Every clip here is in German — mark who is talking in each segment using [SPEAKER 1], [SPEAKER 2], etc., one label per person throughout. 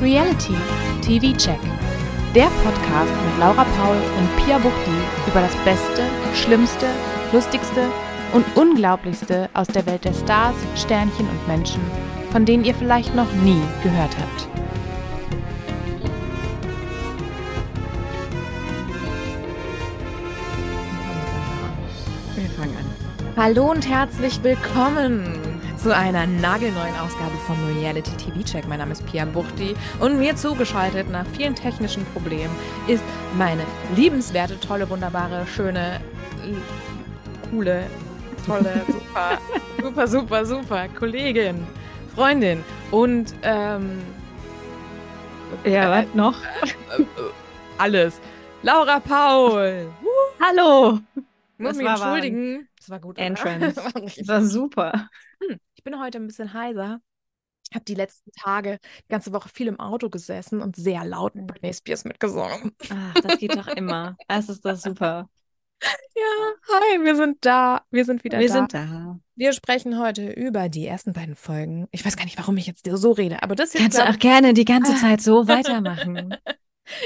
[SPEAKER 1] Reality TV Check. Der Podcast mit Laura Paul und Pia Buchti über das Beste, Schlimmste, Lustigste und Unglaublichste aus der Welt der Stars, Sternchen und Menschen, von denen ihr vielleicht noch nie gehört habt.
[SPEAKER 2] Wir fangen an. Hallo und herzlich willkommen zu einer nagelneuen Ausgabe von Reality TV Check. Mein Name ist Pia Buchti und mir zugeschaltet nach vielen technischen Problemen ist meine liebenswerte, tolle, wunderbare, schöne, l- coole, tolle, super, super, super, super Kollegin, Freundin und ähm,
[SPEAKER 3] Ja, was noch?
[SPEAKER 2] alles. Laura Paul.
[SPEAKER 3] Hallo!
[SPEAKER 2] Muss
[SPEAKER 3] Das
[SPEAKER 2] mich
[SPEAKER 3] war warm.
[SPEAKER 2] entschuldigen. Das war gut. oder?
[SPEAKER 3] Entrance.
[SPEAKER 2] War richtig
[SPEAKER 3] Das war super.
[SPEAKER 2] Ich bin heute ein bisschen heiser. Habe die letzten Tage, die ganze Woche viel im Auto gesessen und sehr laut Britney Spears mitgesungen.
[SPEAKER 3] Ach, das geht doch immer. Das ist doch super.
[SPEAKER 2] Ja, hi, wir sind da. Wir sind wieder
[SPEAKER 3] Wir
[SPEAKER 2] da.
[SPEAKER 3] sind da.
[SPEAKER 2] Wir sprechen heute über die ersten beiden Folgen. Ich weiß gar nicht, warum ich jetzt so rede, aber das jetzt,
[SPEAKER 3] Kannst du
[SPEAKER 2] glaub,
[SPEAKER 3] auch gerne die ganze Zeit so weitermachen.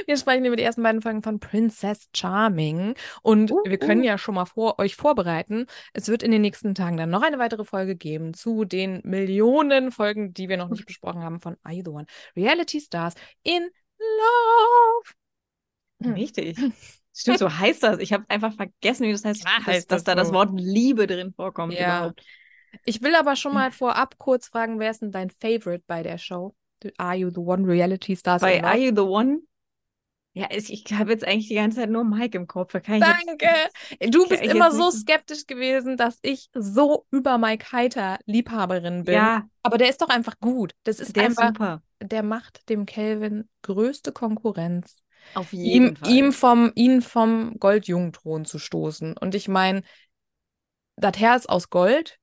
[SPEAKER 2] wir sprechen über die ersten beiden Folgen von Princess Charming. Und
[SPEAKER 3] Uh,
[SPEAKER 2] wir können
[SPEAKER 3] uh.
[SPEAKER 2] ja schon mal vor, euch vorbereiten. Es wird in den nächsten Tagen dann noch eine weitere Folge geben zu den Millionen Folgen, die wir noch nicht besprochen haben von Are You the One? Reality Stars in Love.
[SPEAKER 3] Richtig. Stimmt, so heißt das. Ich habe einfach vergessen, wie das heißt.
[SPEAKER 2] Klar
[SPEAKER 3] dass,
[SPEAKER 2] heißt
[SPEAKER 3] dass
[SPEAKER 2] das
[SPEAKER 3] da das
[SPEAKER 2] so.
[SPEAKER 3] Wort Liebe drin vorkommt.
[SPEAKER 2] Ja.
[SPEAKER 3] Überhaupt.
[SPEAKER 2] Ich will aber schon
[SPEAKER 3] Hm.
[SPEAKER 2] mal vorab kurz fragen, wer ist denn dein Favorite bei der Show? Are you the one Reality Stars?
[SPEAKER 3] Bei
[SPEAKER 2] in
[SPEAKER 3] Are
[SPEAKER 2] Love?
[SPEAKER 3] You the One? Ja, ich, ich habe jetzt eigentlich die ganze Zeit nur Mike im Kopf. Da kann ich jetzt-
[SPEAKER 2] Danke. Du bist
[SPEAKER 3] ich
[SPEAKER 2] immer
[SPEAKER 3] jetzt
[SPEAKER 2] so
[SPEAKER 3] nicht-
[SPEAKER 2] skeptisch gewesen, dass ich so über Mike Heiter Liebhaberin bin.
[SPEAKER 3] Ja,
[SPEAKER 2] Aber der ist doch einfach gut. Das ist
[SPEAKER 3] der ist
[SPEAKER 2] einfach,
[SPEAKER 3] super.
[SPEAKER 2] der macht dem Kelvin größte Konkurrenz.
[SPEAKER 3] Auf jeden
[SPEAKER 2] Ihm,
[SPEAKER 3] Fall.
[SPEAKER 2] ihm vom, ihn vom Goldjungthron zu stoßen. Und ich meine, das Herz aus Gold,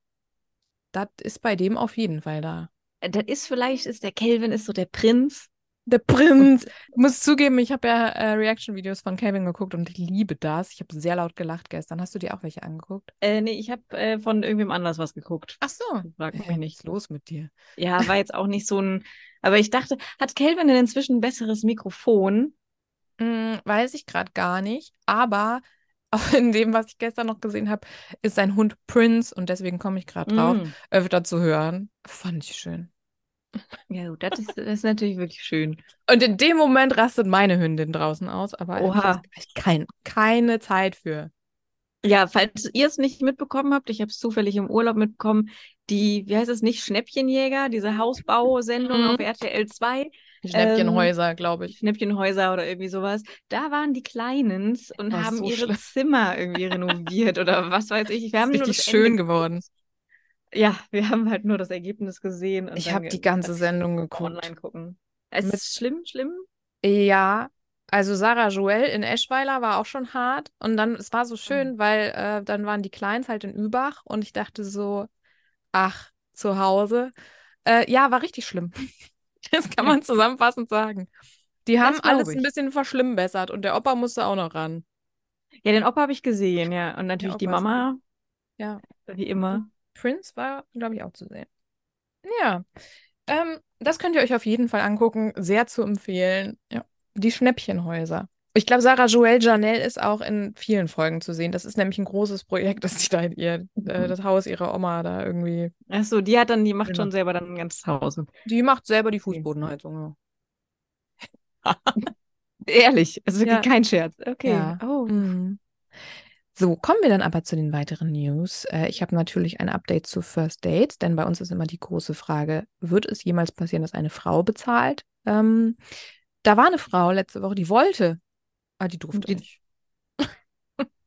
[SPEAKER 2] das ist bei dem auf jeden Fall da.
[SPEAKER 3] Das ist vielleicht, ist der Kelvin ist so der Prinz.
[SPEAKER 2] Der Prinz. Ich muss zugeben, ich habe ja äh, Reaction-Videos von Calvin geguckt und ich liebe das. Ich habe sehr laut gelacht gestern. Hast du dir auch welche angeguckt?
[SPEAKER 3] Äh, nee, ich habe äh, von irgendwem anders was geguckt.
[SPEAKER 2] Ach so.
[SPEAKER 3] Frag mich
[SPEAKER 2] Was
[SPEAKER 3] nicht.
[SPEAKER 2] ist los mit dir?
[SPEAKER 3] Ja, war jetzt auch nicht so ein. Aber ich dachte, hat Kelvin denn inzwischen ein besseres Mikrofon?
[SPEAKER 2] Mm, weiß ich gerade gar nicht, aber auch in dem, was ich gestern noch gesehen habe, ist sein Hund Prince und deswegen komme ich gerade drauf,
[SPEAKER 3] Mm.
[SPEAKER 2] öfter zu hören. Fand ich schön.
[SPEAKER 3] Ja, gut, das ist, das ist natürlich wirklich schön.
[SPEAKER 2] Und in dem Moment rastet meine Hündin draußen aus, aber eigentlich
[SPEAKER 3] Oha.
[SPEAKER 2] ist gleich kein, keine Zeit für.
[SPEAKER 3] Ja, falls ihr es nicht mitbekommen habt, ich habe es zufällig im Urlaub mitbekommen, die, wie heißt es nicht, Schnäppchenjäger, diese Hausbausendung
[SPEAKER 2] Mhm.
[SPEAKER 3] auf RTL 2,
[SPEAKER 2] Schnäppchenhäuser, glaube ich.
[SPEAKER 3] Schnäppchenhäuser oder irgendwie sowas, da waren die Kleinens und
[SPEAKER 2] War
[SPEAKER 3] haben
[SPEAKER 2] so
[SPEAKER 3] ihre
[SPEAKER 2] schlimm.
[SPEAKER 3] Zimmer irgendwie renoviert oder was weiß ich.
[SPEAKER 2] Ist
[SPEAKER 3] Wir haben nur
[SPEAKER 2] richtig
[SPEAKER 3] das
[SPEAKER 2] schön
[SPEAKER 3] Ende,
[SPEAKER 2] geworden.
[SPEAKER 3] ja, wir haben halt nur das Ergebnis gesehen und
[SPEAKER 2] Ich
[SPEAKER 3] dann
[SPEAKER 2] habe
[SPEAKER 3] ge- äh,
[SPEAKER 2] die ganze Sendung
[SPEAKER 3] online
[SPEAKER 2] geguckt.
[SPEAKER 3] gucken. Es
[SPEAKER 2] Mit-
[SPEAKER 3] ist schlimm, schlimm.
[SPEAKER 2] Ja, also Sarah Joel in Eschweiler war auch schon hart. Und dann, es
[SPEAKER 3] Ah.
[SPEAKER 2] war so schön, weil äh, dann waren die Kleins halt in Übach und ich dachte so, ach, zu Hause. Äh, ja, war richtig schlimm. Das kann man zusammenfassend sagen. Die
[SPEAKER 3] Das
[SPEAKER 2] haben
[SPEAKER 3] glaub
[SPEAKER 2] alles ein
[SPEAKER 3] ich.
[SPEAKER 2] bisschen verschlimmbessert und der Opa musste auch noch ran.
[SPEAKER 3] Ja, den Opa habe ich gesehen, ja. Und natürlich die
[SPEAKER 2] Opa ist
[SPEAKER 3] Mama,
[SPEAKER 2] Ja.
[SPEAKER 3] wie immer.
[SPEAKER 2] Prince war, glaube ich, auch zu sehen. Ja, ähm, das könnt ihr euch auf jeden Fall angucken. Sehr zu empfehlen. Ja. Die Schnäppchenhäuser. Ich glaube, Sarah Joel Janel ist auch in vielen Folgen zu sehen. Das ist nämlich ein großes Projekt, dass sie da in ihr, äh, das Haus ihrer Oma da irgendwie.
[SPEAKER 3] Achso, die hat dann, die macht
[SPEAKER 2] Genau.
[SPEAKER 3] schon selber dann ein ganzes Haus.
[SPEAKER 2] Die macht selber die Fußbodenheizung.
[SPEAKER 3] Ehrlich, es ist wirklich
[SPEAKER 2] Ja.
[SPEAKER 3] kein Scherz. Okay.
[SPEAKER 2] Ja.
[SPEAKER 3] Oh.
[SPEAKER 2] Mhm. So, kommen wir dann aber zu den weiteren News. Äh, ich habe natürlich ein Update zu First Dates, denn bei uns ist immer die große Frage, wird es jemals passieren, dass eine Frau bezahlt? Ähm, da war eine Frau letzte Woche, die wollte, aber die durfte
[SPEAKER 3] Die-
[SPEAKER 2] nicht.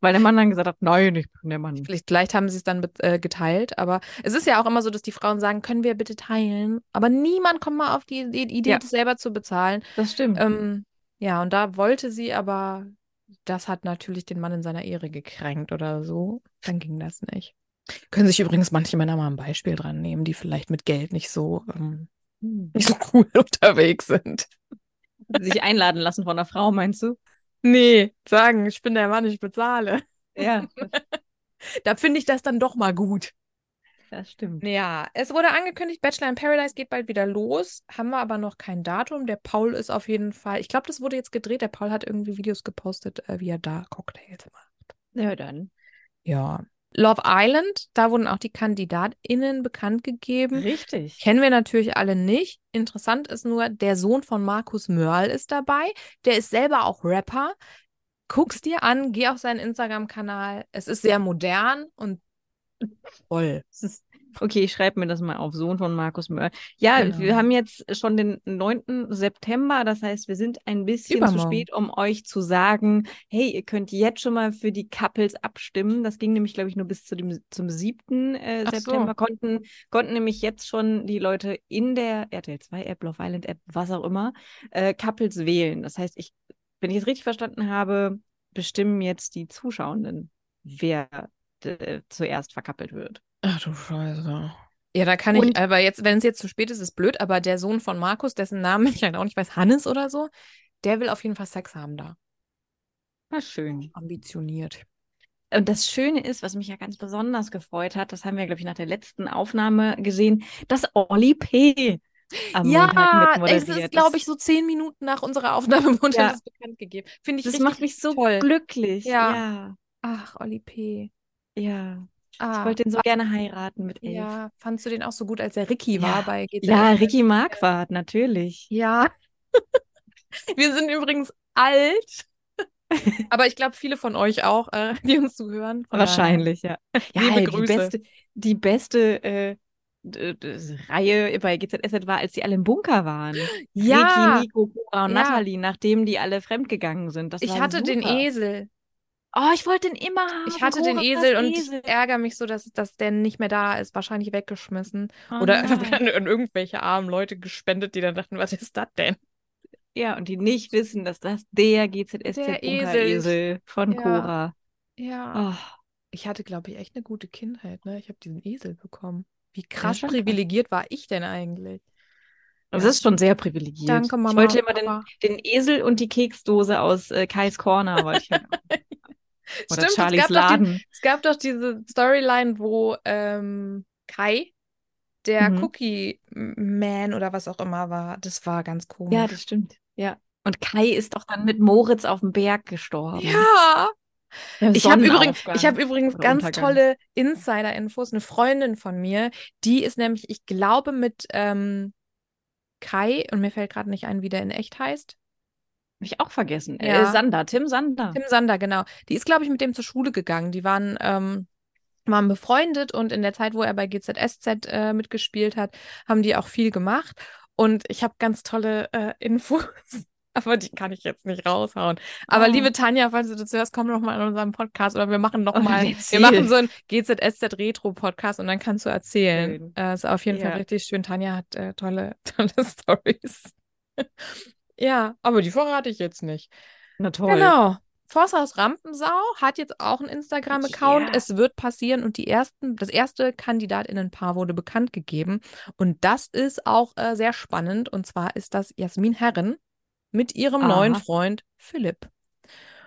[SPEAKER 3] Weil der Mann dann gesagt hat, nein, ich bin der Mann.
[SPEAKER 2] Vielleicht, vielleicht haben sie es dann be- äh, geteilt, aber es ist ja auch immer so, dass die Frauen sagen, können wir bitte teilen? Aber niemand kommt mal auf die, die Idee,
[SPEAKER 3] Ja.
[SPEAKER 2] das selber zu bezahlen.
[SPEAKER 3] Das stimmt.
[SPEAKER 2] Ähm, ja, und da wollte sie, aber das hat natürlich den Mann in seiner Ehre gekränkt oder so. Dann ging das nicht. Können sich übrigens manche Männer mal ein Beispiel dran nehmen, die vielleicht mit Geld nicht so, ähm,
[SPEAKER 3] Hm.
[SPEAKER 2] nicht so cool unterwegs sind.
[SPEAKER 3] Sich einladen lassen von einer Frau, meinst du?
[SPEAKER 2] Nee, sagen, ich bin der Mann, ich bezahle.
[SPEAKER 3] Ja.
[SPEAKER 2] Da finde ich das dann doch mal gut.
[SPEAKER 3] Das stimmt.
[SPEAKER 2] Ja, es wurde angekündigt, Bachelor in Paradise geht bald wieder los. Haben wir aber noch kein Datum. Der Paul ist auf jeden Fall. Ich glaube, das wurde jetzt gedreht. Der Paul hat irgendwie Videos gepostet, äh, wie er da Cocktails macht.
[SPEAKER 3] Ja, dann.
[SPEAKER 2] Ja. Love Island, da wurden auch die KandidatInnen bekannt gegeben.
[SPEAKER 3] Richtig.
[SPEAKER 2] Kennen wir natürlich alle nicht. Interessant ist nur, der Sohn von Markus Mörl ist dabei. Der ist selber auch Rapper. Guck's dir an, geh auf seinen Instagram-Kanal. Es ist sehr modern und toll.
[SPEAKER 3] Okay, ich schreibe mir das mal auf. Sohn von Markus Mörl. Ja,
[SPEAKER 2] Genau.
[SPEAKER 3] wir haben jetzt schon den 9. September. Das heißt, wir sind ein bisschen zu
[SPEAKER 2] Übermorgen.
[SPEAKER 3] spät, um euch zu sagen, hey, ihr könnt jetzt schon mal für die Couples abstimmen. Das ging nämlich, glaube ich, nur bis zu dem, zum 7. Äh,
[SPEAKER 2] Ach so.
[SPEAKER 3] September. Konnten, konnten nämlich jetzt schon die Leute in der RTL 2 App, Love Island App, was auch immer, äh, Couples wählen. Das heißt, ich, wenn ich es richtig verstanden habe, bestimmen jetzt die Zuschauenden, wer äh, zuerst verkappelt wird.
[SPEAKER 2] Ach du Scheiße. Ja, da kann ich,
[SPEAKER 3] Und-
[SPEAKER 2] aber jetzt, wenn es jetzt zu spät ist, ist blöd, aber der Sohn von Markus, dessen Namen ich leider auch nicht weiß, Hannes oder so, der will auf jeden Fall Sex haben da. Ah,
[SPEAKER 3] Na schön.
[SPEAKER 2] Ambitioniert.
[SPEAKER 3] Und das Schöne ist, was mich ja ganz besonders gefreut hat, das haben wir, glaube ich, nach der letzten Aufnahme gesehen, dass Olli P. am Montag
[SPEAKER 2] ja, es
[SPEAKER 3] mitmoderiert.
[SPEAKER 2] ist, glaube ich, so zehn Minuten nach unserer Aufnahme wurde
[SPEAKER 3] Ja.
[SPEAKER 2] das bekannt gegeben. Finde ich
[SPEAKER 3] das
[SPEAKER 2] richtig
[SPEAKER 3] macht mich so
[SPEAKER 2] toll.
[SPEAKER 3] glücklich.
[SPEAKER 2] Ja. Ach, Oli P.
[SPEAKER 3] Ja, ja.
[SPEAKER 2] Ah,
[SPEAKER 3] Ich wollte ihn so gerne heiraten mit elf.
[SPEAKER 2] ja, fandst du den auch so gut, als er Ricky
[SPEAKER 3] Ja.
[SPEAKER 2] war bei GZSZ?
[SPEAKER 3] Ja, Ricky Marquardt, natürlich.
[SPEAKER 2] Ja. Wir sind übrigens alt. Aber ich glaube, viele von euch auch, äh, die uns zuhören. Von daher-
[SPEAKER 3] Wahrscheinlich, ja. Ja,
[SPEAKER 2] Liebe
[SPEAKER 3] ey,
[SPEAKER 2] Grüße.
[SPEAKER 3] die beste, die beste äh, d- d- Reihe bei GZSZ war, als die alle im Bunker waren.
[SPEAKER 2] Ja,
[SPEAKER 3] Ricky, Nico, Cora und
[SPEAKER 2] Ja.
[SPEAKER 3] Nathalie, nachdem die alle fremdgegangen sind. Das
[SPEAKER 2] ich
[SPEAKER 3] war
[SPEAKER 2] hatte den
[SPEAKER 3] super.
[SPEAKER 2] Esel.
[SPEAKER 3] Oh, ich wollte den immer haben.
[SPEAKER 2] Ich hatte den
[SPEAKER 3] Cora,
[SPEAKER 2] Esel
[SPEAKER 3] das
[SPEAKER 2] und
[SPEAKER 3] Esel.
[SPEAKER 2] ich ärgere mich so, dass, dass der nicht mehr da ist. Wahrscheinlich weggeschmissen. Oder
[SPEAKER 3] Oh
[SPEAKER 2] einfach
[SPEAKER 3] nein.
[SPEAKER 2] an, an irgendwelche armen Leute gespendet, die dann dachten, was ist das denn?
[SPEAKER 3] Ja, und die nicht wissen, dass das der GZSZ
[SPEAKER 2] Der
[SPEAKER 3] Bunkeresel von
[SPEAKER 2] Ja.
[SPEAKER 3] Cora.
[SPEAKER 2] Ja.
[SPEAKER 3] Oh,
[SPEAKER 2] Ich hatte, glaube ich, echt eine gute Kindheit, ne? Ich habe diesen Esel bekommen. Wie
[SPEAKER 3] ist
[SPEAKER 2] krass
[SPEAKER 3] schon krass.
[SPEAKER 2] privilegiert war ich denn eigentlich?
[SPEAKER 3] das
[SPEAKER 2] Ja.
[SPEAKER 3] ist schon sehr privilegiert.
[SPEAKER 2] Danke, Mama.
[SPEAKER 3] Ich wollte
[SPEAKER 2] und
[SPEAKER 3] immer den,
[SPEAKER 2] Papa.
[SPEAKER 3] den Esel und die Keksdose aus äh, Kai's Corner. Wollte ich halt auch. Oder
[SPEAKER 2] Stimmt, es
[SPEAKER 3] Charlies
[SPEAKER 2] gab doch die-
[SPEAKER 3] Laden.
[SPEAKER 2] Es gab doch diese Storyline, wo ähm, Kai der
[SPEAKER 3] Mhm.
[SPEAKER 2] Cookie Man oder was auch immer war. Das war ganz komisch.
[SPEAKER 3] Ja, das stimmt. Ja. Und Kai ist doch dann mit Moritz auf dem Berg gestorben.
[SPEAKER 2] ja.
[SPEAKER 3] Im
[SPEAKER 2] Ich habe übrigens,
[SPEAKER 3] Sonnenaufgang.
[SPEAKER 2] ich hab übrigens
[SPEAKER 3] oder
[SPEAKER 2] ganz
[SPEAKER 3] Untergang.
[SPEAKER 2] tolle Insider-Infos. Eine Freundin von mir, die ist nämlich, ich glaube, mit ähm, Kai, und mir fällt gerade nicht ein, wie der in echt heißt.
[SPEAKER 3] Hab ich auch vergessen.
[SPEAKER 2] Ja.
[SPEAKER 3] Äh, Sander, Tim Sander.
[SPEAKER 2] Tim Sander, genau. Die ist, glaube ich, mit dem zur Schule gegangen. Die waren, ähm, waren befreundet und in der Zeit, wo er bei GZSZ äh, mitgespielt hat, haben die auch viel gemacht. Und ich habe ganz tolle äh, Infos, aber die kann ich jetzt nicht raushauen. Aber
[SPEAKER 3] Ah.
[SPEAKER 2] liebe Tanja, falls du das hörst, komm noch mal in unserem Podcast oder wir machen noch
[SPEAKER 3] Und
[SPEAKER 2] mal, wir
[SPEAKER 3] Oh, erzähl.
[SPEAKER 2] machen so einen GZSZ Retro Podcast und dann kannst du erzählen.
[SPEAKER 3] Schön.
[SPEAKER 2] Äh, ist auf jeden
[SPEAKER 3] Ja.
[SPEAKER 2] Fall richtig schön. Tanja hat äh, tolle, tolle Stories. ja, aber die verrate ich jetzt nicht.
[SPEAKER 3] Na toll.
[SPEAKER 2] Genau. Forsthaus Rampensau hat jetzt auch einen Instagram-Account.
[SPEAKER 3] Ja.
[SPEAKER 2] Es wird passieren und die ersten, das erste Kandidatinnenpaar wurde bekannt gegeben. Und das ist auch äh, sehr spannend. Und zwar ist das Jasmin Herren mit ihrem
[SPEAKER 3] Aha.
[SPEAKER 2] neuen Freund Philipp.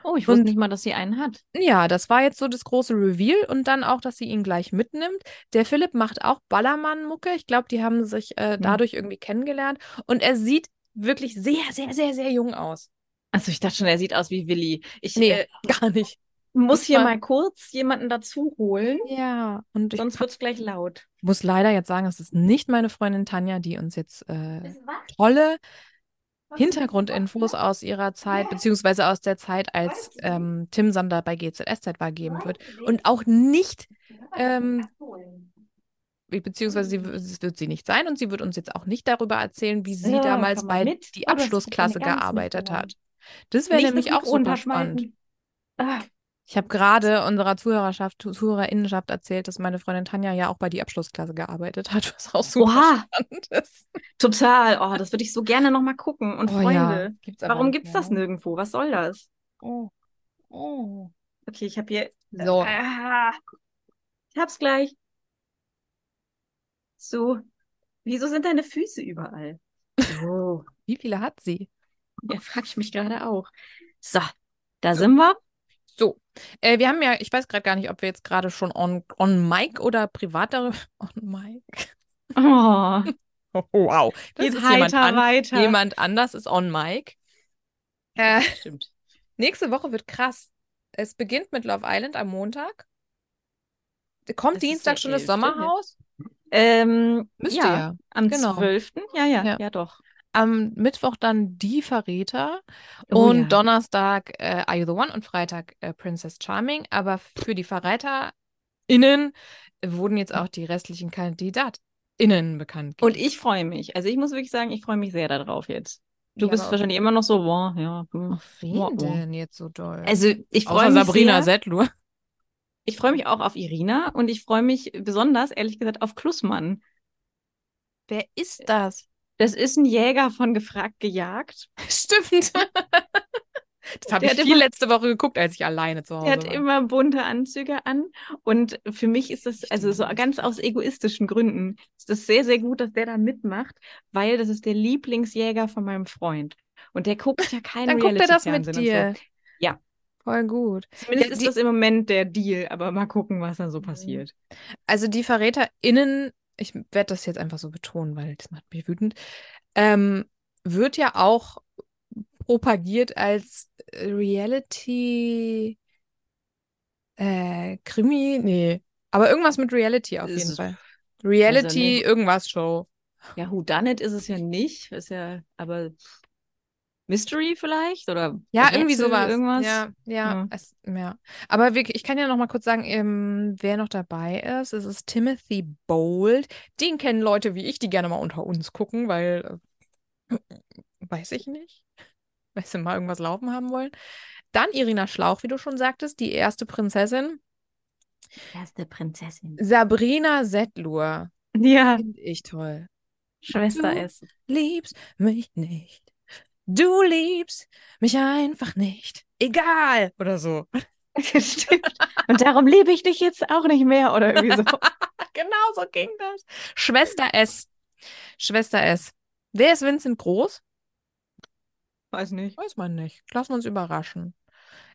[SPEAKER 3] Oh, ich
[SPEAKER 2] Und-
[SPEAKER 3] wusste nicht mal, dass sie einen hat.
[SPEAKER 2] Ja, das war jetzt so das große Reveal und dann auch, dass sie ihn gleich mitnimmt. Der Philipp macht auch Ballermann-Mucke. Ich glaube, die haben sich äh,
[SPEAKER 3] Hm.
[SPEAKER 2] dadurch irgendwie kennengelernt. Und er sieht wirklich sehr, sehr, sehr, sehr jung aus.
[SPEAKER 3] Also ich dachte schon, er sieht aus wie Willi. Ich
[SPEAKER 2] Nee,
[SPEAKER 3] äh,
[SPEAKER 2] gar nicht.
[SPEAKER 3] muss hier
[SPEAKER 2] war-
[SPEAKER 3] mal kurz jemanden dazu holen,
[SPEAKER 2] Ja, und ich
[SPEAKER 3] sonst wird es gleich laut.
[SPEAKER 2] muss leider jetzt sagen, es ist nicht meine Freundin Tanja, die uns jetzt äh, tolle Hintergrundinfos aus ihrer Zeit, beziehungsweise aus der Zeit, als ähm, Tim Sander bei GZSZ war, geben wird. Und auch nicht, ähm, wie- beziehungsweise
[SPEAKER 3] Mhm.
[SPEAKER 2] sie, w- es wird sie nicht sein und sie wird uns jetzt auch nicht darüber erzählen, wie sie
[SPEAKER 3] So,
[SPEAKER 2] damals
[SPEAKER 3] komm mal
[SPEAKER 2] bei
[SPEAKER 3] mit.
[SPEAKER 2] die
[SPEAKER 3] Oh, du hast
[SPEAKER 2] Abschlussklasse
[SPEAKER 3] deine ganz
[SPEAKER 2] gearbeitet hat.
[SPEAKER 3] mitgenommen.
[SPEAKER 2] Das wäre
[SPEAKER 3] Nicht
[SPEAKER 2] nämlich
[SPEAKER 3] das
[SPEAKER 2] auch
[SPEAKER 3] Mikro
[SPEAKER 2] super spannend.
[SPEAKER 3] runterschmeißen. Ah,
[SPEAKER 2] Ich habe gerade unserer Zuhörerschaft, Zuhörerinnenschaft erzählt, dass meine Freundin Tanja ja auch bei die Abschlussklasse gearbeitet hat, was auch super
[SPEAKER 3] Oha.
[SPEAKER 2] spannend ist.
[SPEAKER 3] total. Oh, das würde ich so gerne nochmal gucken. Und
[SPEAKER 2] Oh ja,
[SPEAKER 3] Freunde,
[SPEAKER 2] gibt's aber
[SPEAKER 3] warum
[SPEAKER 2] nicht
[SPEAKER 3] gibt es
[SPEAKER 2] mehr,
[SPEAKER 3] das
[SPEAKER 2] ne?
[SPEAKER 3] nirgendwo? Was soll das?
[SPEAKER 2] Oh. Oh.
[SPEAKER 3] Okay, ich habe hier.
[SPEAKER 2] So,
[SPEAKER 3] Ah, ich hab's gleich. So. Wieso sind deine Füße überall? So.
[SPEAKER 2] wie viele hat sie?
[SPEAKER 3] Ja, frage ich mich gerade auch. So, da sind wir.
[SPEAKER 2] So, äh, wir haben ja, ich weiß gerade gar nicht, ob wir jetzt gerade schon on, on Mic oder privat darüber. On Mic.
[SPEAKER 3] Oh,
[SPEAKER 2] Oh, wow. Hier
[SPEAKER 3] das
[SPEAKER 2] sitzt
[SPEAKER 3] heiter
[SPEAKER 2] jemand, an,
[SPEAKER 3] weiter.
[SPEAKER 2] jemand anders ist on Mic. Äh,
[SPEAKER 3] Stimmt.
[SPEAKER 2] nächste Woche wird krass. Es beginnt mit Love Island am Montag. Kommt
[SPEAKER 3] Das ist
[SPEAKER 2] Dienstag
[SPEAKER 3] der
[SPEAKER 2] schon das
[SPEAKER 3] 11., ne?
[SPEAKER 2] Sommerhaus?
[SPEAKER 3] Ähm,
[SPEAKER 2] Müsste
[SPEAKER 3] ja,
[SPEAKER 2] ja.
[SPEAKER 3] am
[SPEAKER 2] genau.
[SPEAKER 3] 12. Ja, ja,
[SPEAKER 2] Ja.
[SPEAKER 3] ja, doch.
[SPEAKER 2] Am Mittwoch dann Die Verräter
[SPEAKER 3] Oh
[SPEAKER 2] und
[SPEAKER 3] ja.
[SPEAKER 2] Donnerstag äh, Are You the One und Freitag äh, Princess Charming. Aber für die VerräterInnen wurden jetzt auch die restlichen KandidatInnen bekannt.
[SPEAKER 3] Und
[SPEAKER 2] gegeben.
[SPEAKER 3] ich freue mich. Also ich muss wirklich sagen, ich freue mich sehr darauf jetzt. Du
[SPEAKER 2] Ja,
[SPEAKER 3] bist
[SPEAKER 2] aber auf-
[SPEAKER 3] wahrscheinlich immer noch so, boah, ja. hm.
[SPEAKER 2] Auf wen
[SPEAKER 3] Wow.
[SPEAKER 2] denn jetzt so doll?
[SPEAKER 3] Also ich freue
[SPEAKER 2] Außer
[SPEAKER 3] mich
[SPEAKER 2] Sabrina
[SPEAKER 3] sehr.
[SPEAKER 2] Settler.
[SPEAKER 3] Ich freue mich auch auf Irina und ich freue mich besonders, ehrlich gesagt, auf Klussmann.
[SPEAKER 2] Wer ist das?
[SPEAKER 3] Das ist ein Jäger von Gefragt gejagt.
[SPEAKER 2] Stimmt. Das habe
[SPEAKER 3] Der
[SPEAKER 2] ich
[SPEAKER 3] hat
[SPEAKER 2] viel
[SPEAKER 3] immer-
[SPEAKER 2] letzte Woche geguckt, als ich alleine zu Hause
[SPEAKER 3] Der hat
[SPEAKER 2] war.
[SPEAKER 3] immer bunte Anzüge an. Und für mich ist das,
[SPEAKER 2] Ich
[SPEAKER 3] also so
[SPEAKER 2] liebe das.
[SPEAKER 3] ganz aus egoistischen Gründen, ist das sehr, sehr gut, dass der da mitmacht, weil das ist der Lieblingsjäger von meinem Freund. Und der guckt ja keinen
[SPEAKER 2] Dann guckt er das mit
[SPEAKER 3] Reality-Fernsehen und
[SPEAKER 2] dir.
[SPEAKER 3] Ja.
[SPEAKER 2] Voll gut.
[SPEAKER 3] So. Zumindest
[SPEAKER 2] Ja,
[SPEAKER 3] ist
[SPEAKER 2] die-
[SPEAKER 3] das im Moment der Deal, aber mal gucken, was da so
[SPEAKER 2] Mhm.
[SPEAKER 3] passiert.
[SPEAKER 2] Also die VerräterInnen, ich werde das jetzt einfach so betonen, weil das macht mich wütend, ähm, wird ja auch propagiert als äh, Reality äh, Krimi, nee, aber irgendwas mit Reality auf
[SPEAKER 3] Ist
[SPEAKER 2] jeden
[SPEAKER 3] es-
[SPEAKER 2] Fall.
[SPEAKER 3] Also, nee.
[SPEAKER 2] Reality irgendwas Show.
[SPEAKER 3] Ja, Whodunit ist es ja nicht, ist ja, aber Mystery vielleicht oder
[SPEAKER 2] Ja, irgendwie
[SPEAKER 3] Rätsel,
[SPEAKER 2] sowas.
[SPEAKER 3] irgendwas.
[SPEAKER 2] Ja, ja,
[SPEAKER 3] Ja.
[SPEAKER 2] Es, ja. Aber wir, ich kann ja noch mal kurz sagen, ähm, wer noch dabei ist. Es ist Timothy Bold. Den kennen Leute wie ich, die gerne mal unter uns gucken, weil äh, weiß ich nicht, weil sie mal irgendwas laufen haben wollen. Dann Irina Schlauch, wie du schon sagtest, die erste Prinzessin.
[SPEAKER 3] Erste Prinzessin.
[SPEAKER 2] Sabrina Settlur.
[SPEAKER 3] Ja,
[SPEAKER 2] Finde ich toll.
[SPEAKER 3] Schwester
[SPEAKER 2] Du-
[SPEAKER 3] ist.
[SPEAKER 2] liebst mich nicht. Du liebst mich einfach nicht. Egal. Oder so.
[SPEAKER 3] Stimmt. Und darum liebe ich dich jetzt auch nicht mehr oder irgendwie so.
[SPEAKER 2] Genau so ging das. Schwester S. Schwester S. Wer ist Vincent Groß?
[SPEAKER 3] Weiß nicht.
[SPEAKER 2] Weiß man nicht. Lassen wir uns überraschen.